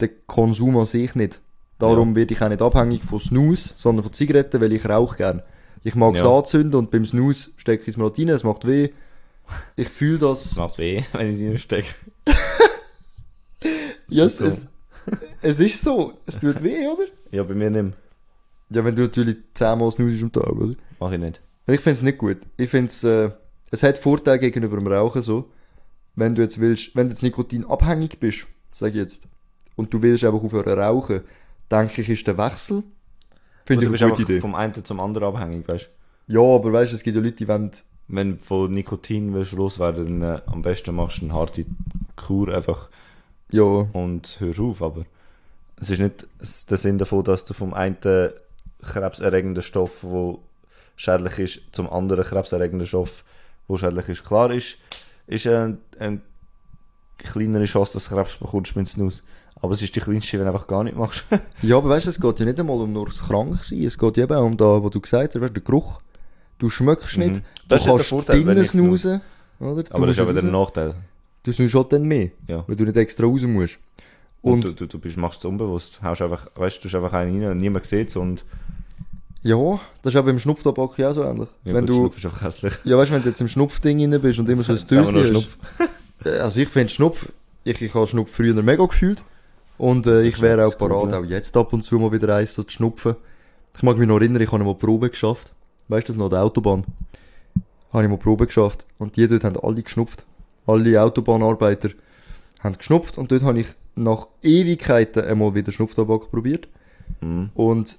[SPEAKER 1] der Konsum an sich nicht. Darum werde ich auch nicht abhängig von Snus, sondern von Zigaretten, weil ich rauche gern. Ich mag es
[SPEAKER 2] Ja.
[SPEAKER 1] anzünden und beim Snus stecke ich es mir halt rein, es macht weh. Ich fühle das.
[SPEAKER 2] Es macht weh, wenn ich es reinstecke.
[SPEAKER 1] Ja, es,
[SPEAKER 2] so.
[SPEAKER 1] es, es ist so. Es tut weh, oder?
[SPEAKER 2] Ja, bei mir nicht.
[SPEAKER 1] Ja, wenn du natürlich zehnmal snusest am Tag, oder?
[SPEAKER 2] Mach ich nicht.
[SPEAKER 1] Ich find's nicht gut. Ich find's, äh, es hat Vorteile gegenüber dem Rauchen so. Wenn du jetzt willst, wenn du jetzt nikotinabhängig bist, sag ich jetzt, und du willst einfach aufhören rauchen, denke ich, ist der Wechsel.
[SPEAKER 2] Gut,
[SPEAKER 1] Finde
[SPEAKER 2] du
[SPEAKER 1] ich
[SPEAKER 2] bist
[SPEAKER 1] eine gute
[SPEAKER 2] einfach
[SPEAKER 1] Idee.
[SPEAKER 2] vom einen zum anderen abhängig, weißt du?
[SPEAKER 1] Ja, aber weißt du, es gibt ja Leute, die wollen,
[SPEAKER 2] Wenn du von Nikotin willst loswerden, dann äh, am besten machst du eine harte Kur einfach
[SPEAKER 1] ja,
[SPEAKER 2] und hörst auf, aber es ist nicht s- der Sinn davon, dass du vom einen krebserregenden Stoff, wo schädlich ist, zum anderen krebserregenden Stoff, wo schädlich ist. Klar ist, ist ein, ein kleinere Chance, dass du Krebs bekommst mit Snus. Aber es ist die kleinste, wenn du einfach gar nicht machst.
[SPEAKER 1] Ja, aber weißt du, es geht ja nicht einmal um nur das Kranksein, es geht ja eben auch um da, was du gesagt hast, weißt du, den Geruch. Du schmeckst nicht,
[SPEAKER 2] Mhm. Das ist
[SPEAKER 1] du
[SPEAKER 2] ja der
[SPEAKER 1] kannst
[SPEAKER 2] Vorteil, wenn
[SPEAKER 1] Spinnen
[SPEAKER 2] ich snus.
[SPEAKER 1] snausen, oder? Du
[SPEAKER 2] aber das
[SPEAKER 1] musst
[SPEAKER 2] ist eben
[SPEAKER 1] raus.
[SPEAKER 2] der Nachteil.
[SPEAKER 1] Du snusst halt dann mehr,
[SPEAKER 2] Ja.
[SPEAKER 1] weil du nicht extra raus musst. Und-
[SPEAKER 2] Und, du, du, du bist, machst es unbewusst. Haust einfach, weißt du, du hast einfach einen rein und niemand sieht es. Und
[SPEAKER 1] Ja, das ist auch beim Schnupftabak ja auch so ähnlich.
[SPEAKER 2] ja,
[SPEAKER 1] wenn
[SPEAKER 2] gut,
[SPEAKER 1] du,
[SPEAKER 2] Schnupfen ist einfach hässlich.
[SPEAKER 1] ja weißt, wenn du jetzt im Schnupfding rein bist und immer so ein
[SPEAKER 2] Jetzt haben wir noch
[SPEAKER 1] Döschen hast.
[SPEAKER 2] Schnupf.
[SPEAKER 1] Ja, Also ich finde Schnupf, ich, ich habe Schnupf früher mega gefühlt. Und äh, ich wäre auch
[SPEAKER 2] das
[SPEAKER 1] parat,
[SPEAKER 2] Gute.
[SPEAKER 1] auch jetzt ab und zu mal wieder eins so zu schnupfen. Ich mag mich noch erinnern, ich habe mal Probe geschafft. Weißt du das noch, an der Autobahn? Habe ich mal Probe geschafft. Und die dort haben alle geschnupft. Alle Autobahnarbeiter haben geschnupft. Und dort habe ich nach Ewigkeiten einmal wieder Schnupftabak probiert.
[SPEAKER 2] Mhm.
[SPEAKER 1] Und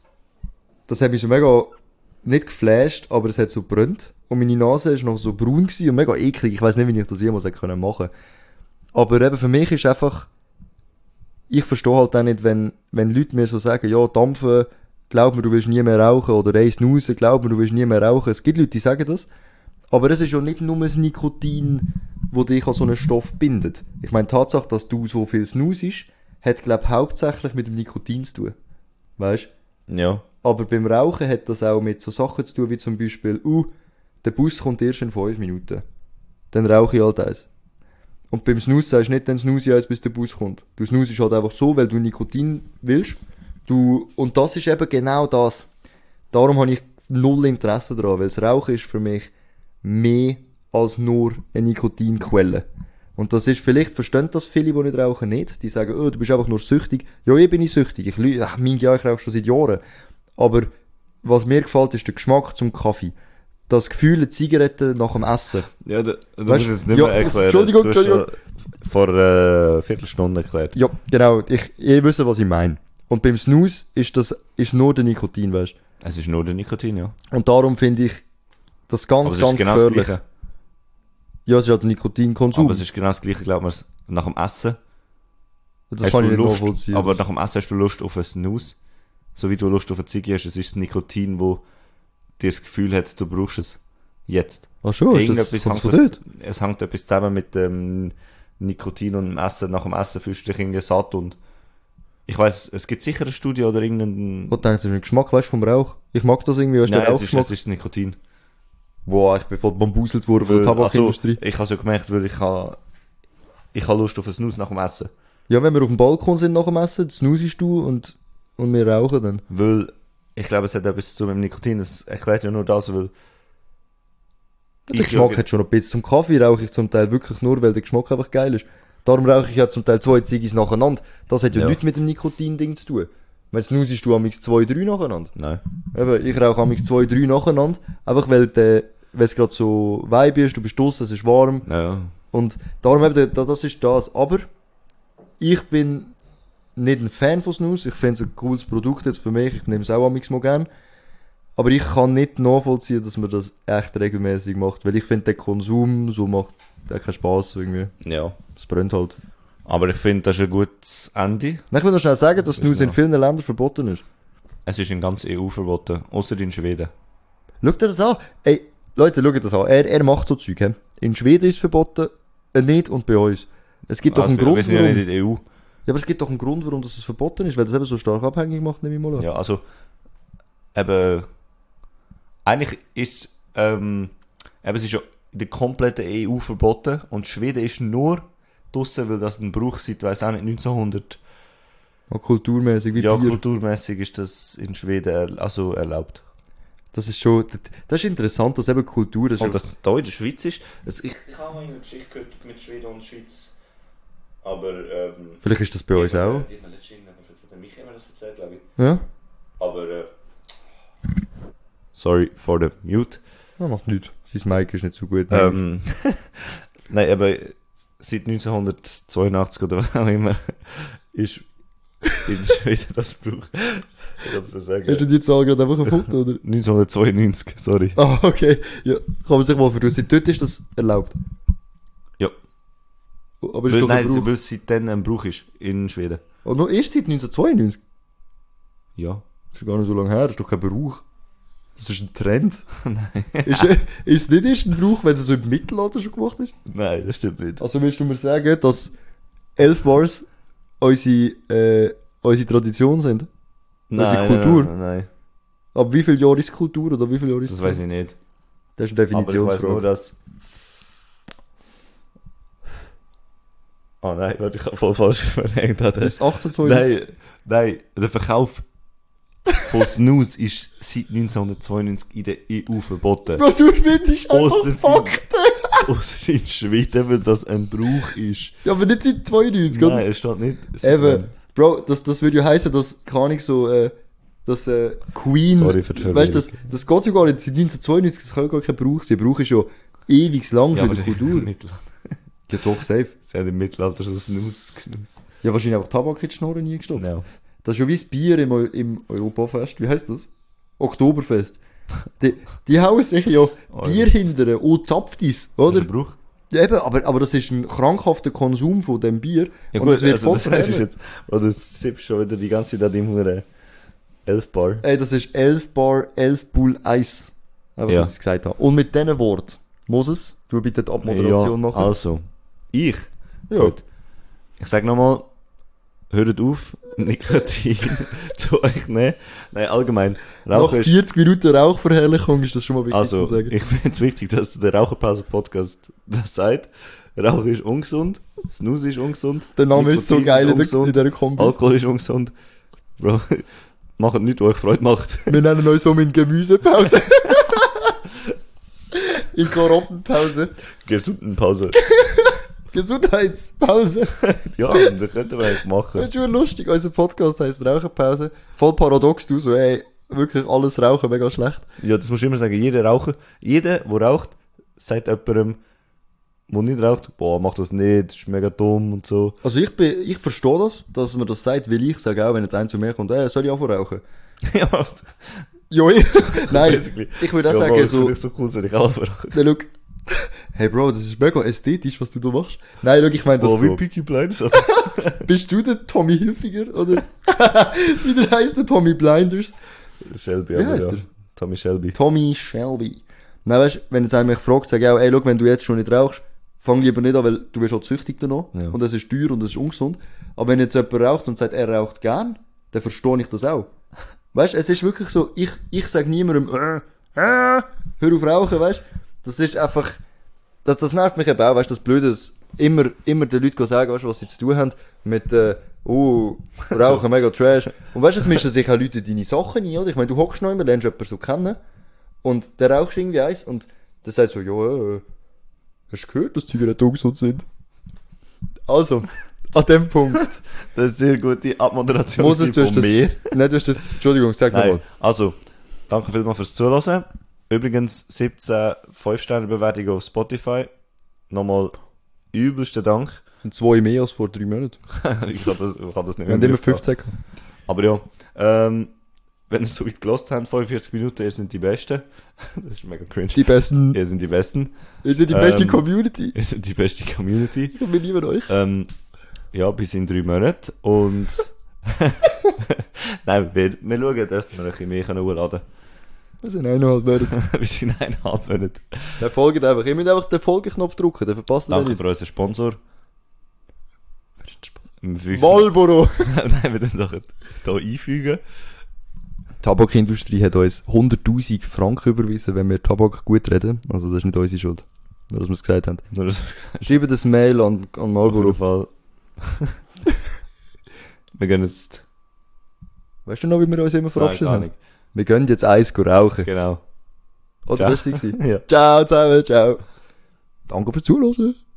[SPEAKER 1] das hat mich so mega nicht geflasht, aber es hat so brennt. Und meine Nase ist noch so braun gewesen und mega eklig. Ich weiß nicht, wie ich das jemals hätte können machen. Aber eben für mich ist einfach, ich verstehe halt auch nicht, wenn, wenn Leute mir so sagen, ja, dampfen, glaub mir, du willst nie mehr rauchen, oder ey, snoozen, glaub mir, du willst nie mehr rauchen. Es gibt Leute, die sagen das. Aber es ist ja nicht nur das Nikotin, wo dich an so einen Stoff bindet. Ich meine, die Tatsache, dass du so viel snusest, hat, glaub hauptsächlich mit dem Nikotin zu tun. Weißt?
[SPEAKER 2] Ja.
[SPEAKER 1] Aber beim Rauchen hat das auch mit so Sachen zu tun, wie zum Beispiel, uh, der Bus kommt erst in 5 Minuten. Dann rauche ich halt eins. Und beim Snus sagst du nicht, dann snus ich eins, bis der Bus kommt. Du snusest halt einfach so, weil du Nikotin willst. Du, und das ist eben genau das. Darum habe ich null Interesse daran, weil das Rauchen ist für mich mehr als nur eine Nikotinquelle. Und das ist, vielleicht verstehen das viele, die nicht rauchen, nicht. Die sagen, oh, du bist einfach nur süchtig. Ja, ich bin ich süchtig. Ich, lü- ach, mein Jahr, ich rauche schon seit Jahren. Aber was mir gefällt, ist der Geschmack zum Kaffee. Das Gefühl der Zigarette nach dem Essen.
[SPEAKER 2] Ja, du, du
[SPEAKER 1] Weißt-
[SPEAKER 2] musst jetzt nicht
[SPEAKER 1] ja,
[SPEAKER 2] mehr
[SPEAKER 1] das-
[SPEAKER 2] erklären.
[SPEAKER 1] Entschuldigung,
[SPEAKER 2] du hast
[SPEAKER 1] Entschuldigung.
[SPEAKER 2] schon Vor einer Viertelstunde erklärt.
[SPEAKER 1] Ja, genau. Ich, ihr wisst, was ich meine. Und beim Snus ist das, ist nur der Nikotin, weißt
[SPEAKER 2] Es ist nur der Nikotin, ja.
[SPEAKER 1] Und darum finde ich das
[SPEAKER 2] Aber
[SPEAKER 1] ganz,
[SPEAKER 2] es ist
[SPEAKER 1] ganz
[SPEAKER 2] genau das
[SPEAKER 1] gefährlich.
[SPEAKER 2] Gleiche.
[SPEAKER 1] Ja, es ist halt der Nikotinkonsum.
[SPEAKER 2] Aber es ist genau das gleiche, glaubt man, nach dem Essen.
[SPEAKER 1] das kann ich
[SPEAKER 2] du
[SPEAKER 1] nicht
[SPEAKER 2] Lust,
[SPEAKER 1] nachvollziehen.
[SPEAKER 2] Aber nach dem Essen hast du Lust auf ein Snus. So wie du Lust auf eine Ziege hast, es ist das Nikotin, wo dir das Gefühl hat, du brauchst es. Jetzt.
[SPEAKER 1] Ach schon, Oh, ist das,
[SPEAKER 2] Irgendetwas
[SPEAKER 1] kommt das von
[SPEAKER 2] hängt
[SPEAKER 1] dort?
[SPEAKER 2] das, es hängt etwas zusammen mit dem Nikotin und dem Essen. Nach dem Essen fühlst du dich irgendwie satt und ich weiß, es gibt sicher eine Studie oder irgendeinen.
[SPEAKER 1] Was denkst du, mit dem Geschmack, weißt du, vom Rauch? Ich mag das irgendwie, weißt du,
[SPEAKER 2] Nein,
[SPEAKER 1] der
[SPEAKER 2] es ist,
[SPEAKER 1] Rauchgeschmack.
[SPEAKER 2] es ist Nikotin.
[SPEAKER 1] Boah, ich bin voll bambuselt worden von der
[SPEAKER 2] Weil- also,
[SPEAKER 1] Tabakindustrie.
[SPEAKER 2] ich habe es ja gemerkt, weil ich habe ich habe Lust auf einen Snus nach dem Essen.
[SPEAKER 1] Ja, wenn wir auf dem Balkon sind nach dem Essen, snusest du und, und wir rauchen dann.
[SPEAKER 2] Weil, ich glaube, es hat etwas zu mit dem Nikotin. Es erklärt ja nur das, weil.
[SPEAKER 1] Der Geschmack hat schon noch ein bisschen. Zum Kaffee rauche ich zum Teil wirklich nur, weil der Geschmack einfach geil ist. Darum rauche ich ja zum Teil zwei Ziggis nacheinander. Das hat ja,
[SPEAKER 2] Ja.
[SPEAKER 1] nichts mit dem Nikotin-Ding zu tun. Wenn snusest du amix zwei, drei nacheinander.
[SPEAKER 2] Nein.
[SPEAKER 1] Eben, ich rauche amix zwei, drei nacheinander. Einfach weil der, wenn es gerade so Vibe ist, du bist draussen, es ist warm.
[SPEAKER 2] Ja.
[SPEAKER 1] Und darum eben, das, das ist das. Aber ich bin nicht ein Fan von Snus. Ich finde es ein cooles Produkt jetzt für mich. Ich nehme es auch am mal gerne. Aber ich kann nicht nachvollziehen, dass man das echt regelmäßig macht. Weil ich finde, der Konsum so macht der keinen Spaß irgendwie.
[SPEAKER 2] Ja.
[SPEAKER 1] Es brennt halt.
[SPEAKER 2] Aber ich finde, das ist ein gutes Ende.
[SPEAKER 1] Nein, Ich will noch schnell sagen, dass Snus in
[SPEAKER 2] noch-
[SPEAKER 1] vielen Ländern verboten ist.
[SPEAKER 2] Es ist in ganz EU verboten, außer in Schweden.
[SPEAKER 1] Schaut dir das an. Ey, Leute, schaut das an. Er, er macht so Zeug. He? In Schweden ist es verboten, äh, nicht und bei uns. Es gibt doch einen
[SPEAKER 2] Also wir- wir
[SPEAKER 1] Grund,
[SPEAKER 2] sind ja
[SPEAKER 1] warum...
[SPEAKER 2] nicht in der E EU.
[SPEAKER 1] Ja, aber es gibt doch einen Grund, warum das verboten ist, weil das eben so stark abhängig macht, nehme ich mal an.
[SPEAKER 2] Ja, also eben eigentlich ist ähm, eben, es ist ja in der kompletten EU verboten und Schweden ist nur draussen, weil das ein Bruch seit, weiß auch nicht, 1900.
[SPEAKER 1] Auch kulturmäßig, wie
[SPEAKER 2] ja,
[SPEAKER 1] Bier.
[SPEAKER 2] kulturmäßig ist das in Schweden erl- also erlaubt.
[SPEAKER 1] Das ist schon, das, das ist interessant, dass eben Kultur, das ist
[SPEAKER 2] Und dass es hier in der Schweiz ist, das, ich, ich habe mal eine Geschichte gehört mit Schweden und Schweiz, aber ähm,
[SPEAKER 1] vielleicht ist das bei uns auch.
[SPEAKER 2] Die hat mir letztens jemand erzählt, mich immer das erzählt, glaube ich.
[SPEAKER 1] Ja,
[SPEAKER 2] Aber äh, sorry for the mute.
[SPEAKER 1] ja macht nichts. Sein Mic ist nicht so gut.
[SPEAKER 2] Ähm, Nein, aber seit 1982 oder was auch immer ist in Schweden das Brauch. Ich kann das
[SPEAKER 1] Hast
[SPEAKER 2] nicht
[SPEAKER 1] du
[SPEAKER 2] sagen.
[SPEAKER 1] die Zahl gerade einfach gefunden, oder?
[SPEAKER 2] 1992, sorry.
[SPEAKER 1] Ah, okay. Ja, kann man sich mal vertun. Seit dort ist das erlaubt. Oh,
[SPEAKER 2] Ja.
[SPEAKER 1] Aber ist
[SPEAKER 2] Weil,
[SPEAKER 1] doch ein
[SPEAKER 2] nein,
[SPEAKER 1] Brauch.
[SPEAKER 2] weil es seitdem ein Brauch ist in Schweden.
[SPEAKER 1] Und noch erst seit 1992.
[SPEAKER 2] Ja.
[SPEAKER 1] Das ist gar nicht so lange her, das ist doch kein Brauch. Das ist ein Trend.
[SPEAKER 2] nein.
[SPEAKER 1] ist, ist nicht erst ein Brauch, wenn es so im Mittelalter schon gemacht ist?
[SPEAKER 2] Nein, das stimmt nicht.
[SPEAKER 1] Also willst du mir sagen, dass Elf Bars unsere, äh, unsere Tradition sind? das ist
[SPEAKER 2] nein,
[SPEAKER 1] Kultur.
[SPEAKER 2] Nein, nein, nein.
[SPEAKER 1] Ab wie viel Jahr ist Kultur oder wie viel Jahr ist
[SPEAKER 2] Das weiß ich nicht.
[SPEAKER 1] Das ist eine
[SPEAKER 2] Aber ich weiß
[SPEAKER 1] Definitionsfrage.
[SPEAKER 2] nur, dass. Oh nein, warte, ich habe voll falsch verhängt.
[SPEAKER 1] Das ist 1892.
[SPEAKER 2] Nein, nein, der Verkauf von Snus ist seit 1992 in der EU verboten.
[SPEAKER 1] Bro, du findest
[SPEAKER 2] Ausser-
[SPEAKER 1] einfach Fakten.
[SPEAKER 2] Außer in Schweden, weil das ein Brauch ist.
[SPEAKER 1] Ja, aber nicht seit 92,
[SPEAKER 2] Nein, es steht nicht.
[SPEAKER 1] oder? Eben. Bro, das, das würde ja heißen, dass, keine Ahnung, so, äh, dass äh, Queen...
[SPEAKER 2] Sorry für die
[SPEAKER 1] Weißt du, das, das geht ja gar nicht. Seit 1992, das kann ja gar kein Brauch sein. Brauch ist ja ewig lang
[SPEAKER 2] Ja,
[SPEAKER 1] für
[SPEAKER 2] aber
[SPEAKER 1] die
[SPEAKER 2] die- im
[SPEAKER 1] Kultur.
[SPEAKER 2] Mittelalter.
[SPEAKER 1] Ja, doch, safe.
[SPEAKER 2] Sie haben im Mittelalter schon Snus genutzt.
[SPEAKER 1] Ja, wahrscheinlich einfach Tabak in die Schnorren eingestopft.
[SPEAKER 2] Ja.
[SPEAKER 1] Das ist ja wie das Bier im, Eu- im Europafest. Wie heißt das? Oktoberfest. Die, die hauen sich ja Bier hindern und Zapftis,
[SPEAKER 2] Oh,
[SPEAKER 1] oder?
[SPEAKER 2] Das ist ein Brauch.
[SPEAKER 1] Ja, eben, aber, aber das ist ein krankhafter Konsum von dem Bier.
[SPEAKER 2] Ja
[SPEAKER 1] und
[SPEAKER 2] gut,
[SPEAKER 1] es wird
[SPEAKER 2] also, das
[SPEAKER 1] voll
[SPEAKER 2] heißt, es ist
[SPEAKER 1] verhindert.
[SPEAKER 2] jetzt, Bro, du sippst schon wieder die ganze Zeit an deinem Huren. Elf Bar.
[SPEAKER 1] Ey, das ist 11 Bar, 11 Bull Eis. Einfach,
[SPEAKER 2] Ja.
[SPEAKER 1] was ich gesagt habe. Und mit diesen Wort, Moses, du bitte die Abmoderation
[SPEAKER 2] ja,
[SPEAKER 1] machen.
[SPEAKER 2] Also, ich?
[SPEAKER 1] Ja.
[SPEAKER 2] Gut. Ich sag nochmal, hört auf, Nikotin zu euch nehmen. Nein, allgemein,
[SPEAKER 1] Nach
[SPEAKER 2] Rauchen ist...
[SPEAKER 1] 40 Minuten Rauchverherrlichung ist das schon mal wichtig
[SPEAKER 2] Also,
[SPEAKER 1] zu sagen.
[SPEAKER 2] ich finde es wichtig, dass der Raucherpause-Podcast das sagt. Rauchen ist ungesund, Snus ist ungesund.
[SPEAKER 1] Der Name ist so
[SPEAKER 2] Nikotin
[SPEAKER 1] geil in der, in
[SPEAKER 2] ungesund,
[SPEAKER 1] dieser Kombi.
[SPEAKER 2] Alkohol ist ungesund. Bro, macht nichts, was euch Freude macht.
[SPEAKER 1] Wir nennen uns um in Gemüsepause. in Karottenpause.
[SPEAKER 2] Gesunden Pause.
[SPEAKER 1] Gesundheitspause.
[SPEAKER 2] Ja, das könnten wir eigentlich machen.
[SPEAKER 1] Das ist schon lustig. Unser Podcast heisst Raucherpause. Voll paradox, du so, ey, wirklich alles rauchen, mega schlecht.
[SPEAKER 2] Ja, das musst du immer sagen. Jeder Raucher, jeder, der raucht, sagt jemandem, der nicht raucht, boah, mach das nicht, ist mega dumm und so.
[SPEAKER 1] Also ich bin, ich verstehe das, dass man das sagt, weil ich sage auch, wenn jetzt einer zu mir kommt, ey, soll ich anfangen rauchen?
[SPEAKER 2] ja,
[SPEAKER 1] Jo, ich- nein.
[SPEAKER 2] basically.
[SPEAKER 1] Ich würde auch
[SPEAKER 2] Ja,
[SPEAKER 1] sagen,
[SPEAKER 2] Mann,
[SPEAKER 1] so,
[SPEAKER 2] Ich so cool, wenn ich auch rauche.
[SPEAKER 1] na, look. Hey Bro, das ist mega ästhetisch, was du da machst. Nein, look, ich meine das
[SPEAKER 2] Boah, wie
[SPEAKER 1] so.
[SPEAKER 2] Picky Blinders.
[SPEAKER 1] Bist du der Tommy Hilfiger, oder? Wie der heisst der Tommy Blinders?
[SPEAKER 2] Shelby,
[SPEAKER 1] Wie
[SPEAKER 2] aber
[SPEAKER 1] heisst
[SPEAKER 2] ja.
[SPEAKER 1] er?
[SPEAKER 2] Tommy Shelby.
[SPEAKER 1] Tommy Shelby. Nein, weißt du, wenn jetzt einer mich fragt, sage ich auch, ey, schau, wenn du jetzt schon nicht rauchst, fang lieber nicht an, weil du wirst auch süchtig danach.
[SPEAKER 2] Ja.
[SPEAKER 1] Und das ist teuer und das ist ungesund. Aber wenn jetzt jemand raucht und sagt, er raucht gern, dann verstehe ich das auch. Weißt du, es ist wirklich so, ich, ich sage niemandem, äh, äh, hör auf rauchen, weißt du. Das ist einfach, das, das nervt mich eben auch, weißt du, das Blöde, das immer, immer den Leuten sagen, weißt du, was sie zu tun haben, mit, äh, uh, Rauchen, mega Trash. Und weißt du, es mischen sich auch Leute in deine Sachen ein, oder? Ich meine, du hockst noch immer, lernst jemanden so kennen, und der rauchst irgendwie eins, und der sagt so, ja, äh, hast du gehört, dass Zigaretten ungesund sind? Also, an dem Punkt.
[SPEAKER 2] Das ist eine sehr gute Abmoderation
[SPEAKER 1] Moses, du
[SPEAKER 2] von
[SPEAKER 1] hast das,
[SPEAKER 2] mir.
[SPEAKER 1] nein, du hast das, Entschuldigung, sag
[SPEAKER 2] Nein,
[SPEAKER 1] nochmal.
[SPEAKER 2] also, danke vielmals fürs Zuhören. Übrigens, 17 5-Sterne-Bewertungen auf Spotify. Nochmal übelsten Dank.
[SPEAKER 1] Und zwei mehr als vor drei Monaten.
[SPEAKER 2] ich kann das, ich kann das nicht
[SPEAKER 1] Wir haben
[SPEAKER 2] mehr
[SPEAKER 1] immer
[SPEAKER 2] aufgehen.
[SPEAKER 1] 15 gehabt.
[SPEAKER 2] Aber ja, ähm, wenn ihr so weit gelost habt, 45 Minuten, ihr seid die Besten. das ist mega cringe.
[SPEAKER 1] Die besten,
[SPEAKER 2] Ihr seid die Besten.
[SPEAKER 1] ihr seid die beste
[SPEAKER 2] Ähm,
[SPEAKER 1] Community.
[SPEAKER 2] Ihr seid die beste Community.
[SPEAKER 1] Wir lieben euch.
[SPEAKER 2] Ähm, ja, bis in drei Monaten. Und. Nein, wir, wir schauen, dass wir ein bisschen mehr hochladen
[SPEAKER 1] Wir sind eineinhalb Monate.
[SPEAKER 2] können. bis in eineinhalb Monaten.
[SPEAKER 1] Dann folgt einfach. Ihr müsst einfach den Folgeknopf drücken, dann verpasst ihr den
[SPEAKER 2] Danke
[SPEAKER 1] nicht.
[SPEAKER 2] für unseren Sponsor.
[SPEAKER 1] Marlboro!
[SPEAKER 2] Nein, wir tun doch hier einfügen.
[SPEAKER 1] Die Tabakindustrie hat uns 100.000 Franken überwiesen, wenn wir Tabak gut reden. Also das ist nicht unsere Schuld. Nur, dass wir es gesagt haben.
[SPEAKER 2] Nur dass ich's gesagt
[SPEAKER 1] Schreibt das Mail an, an
[SPEAKER 2] habe. Auf jeden
[SPEAKER 1] Marlboro.
[SPEAKER 2] Fall. wir gehen jetzt.
[SPEAKER 1] Weißt du noch, wie wir uns immer verabschiedet
[SPEAKER 2] Nein, gar
[SPEAKER 1] haben?
[SPEAKER 2] nicht.
[SPEAKER 1] Wir gehen jetzt eins go rauchen.
[SPEAKER 2] Genau.
[SPEAKER 1] Oder
[SPEAKER 2] Ciao.
[SPEAKER 1] das war
[SPEAKER 2] Ja.
[SPEAKER 1] Ciao zusammen, ciao. Danke fürs Zuhören.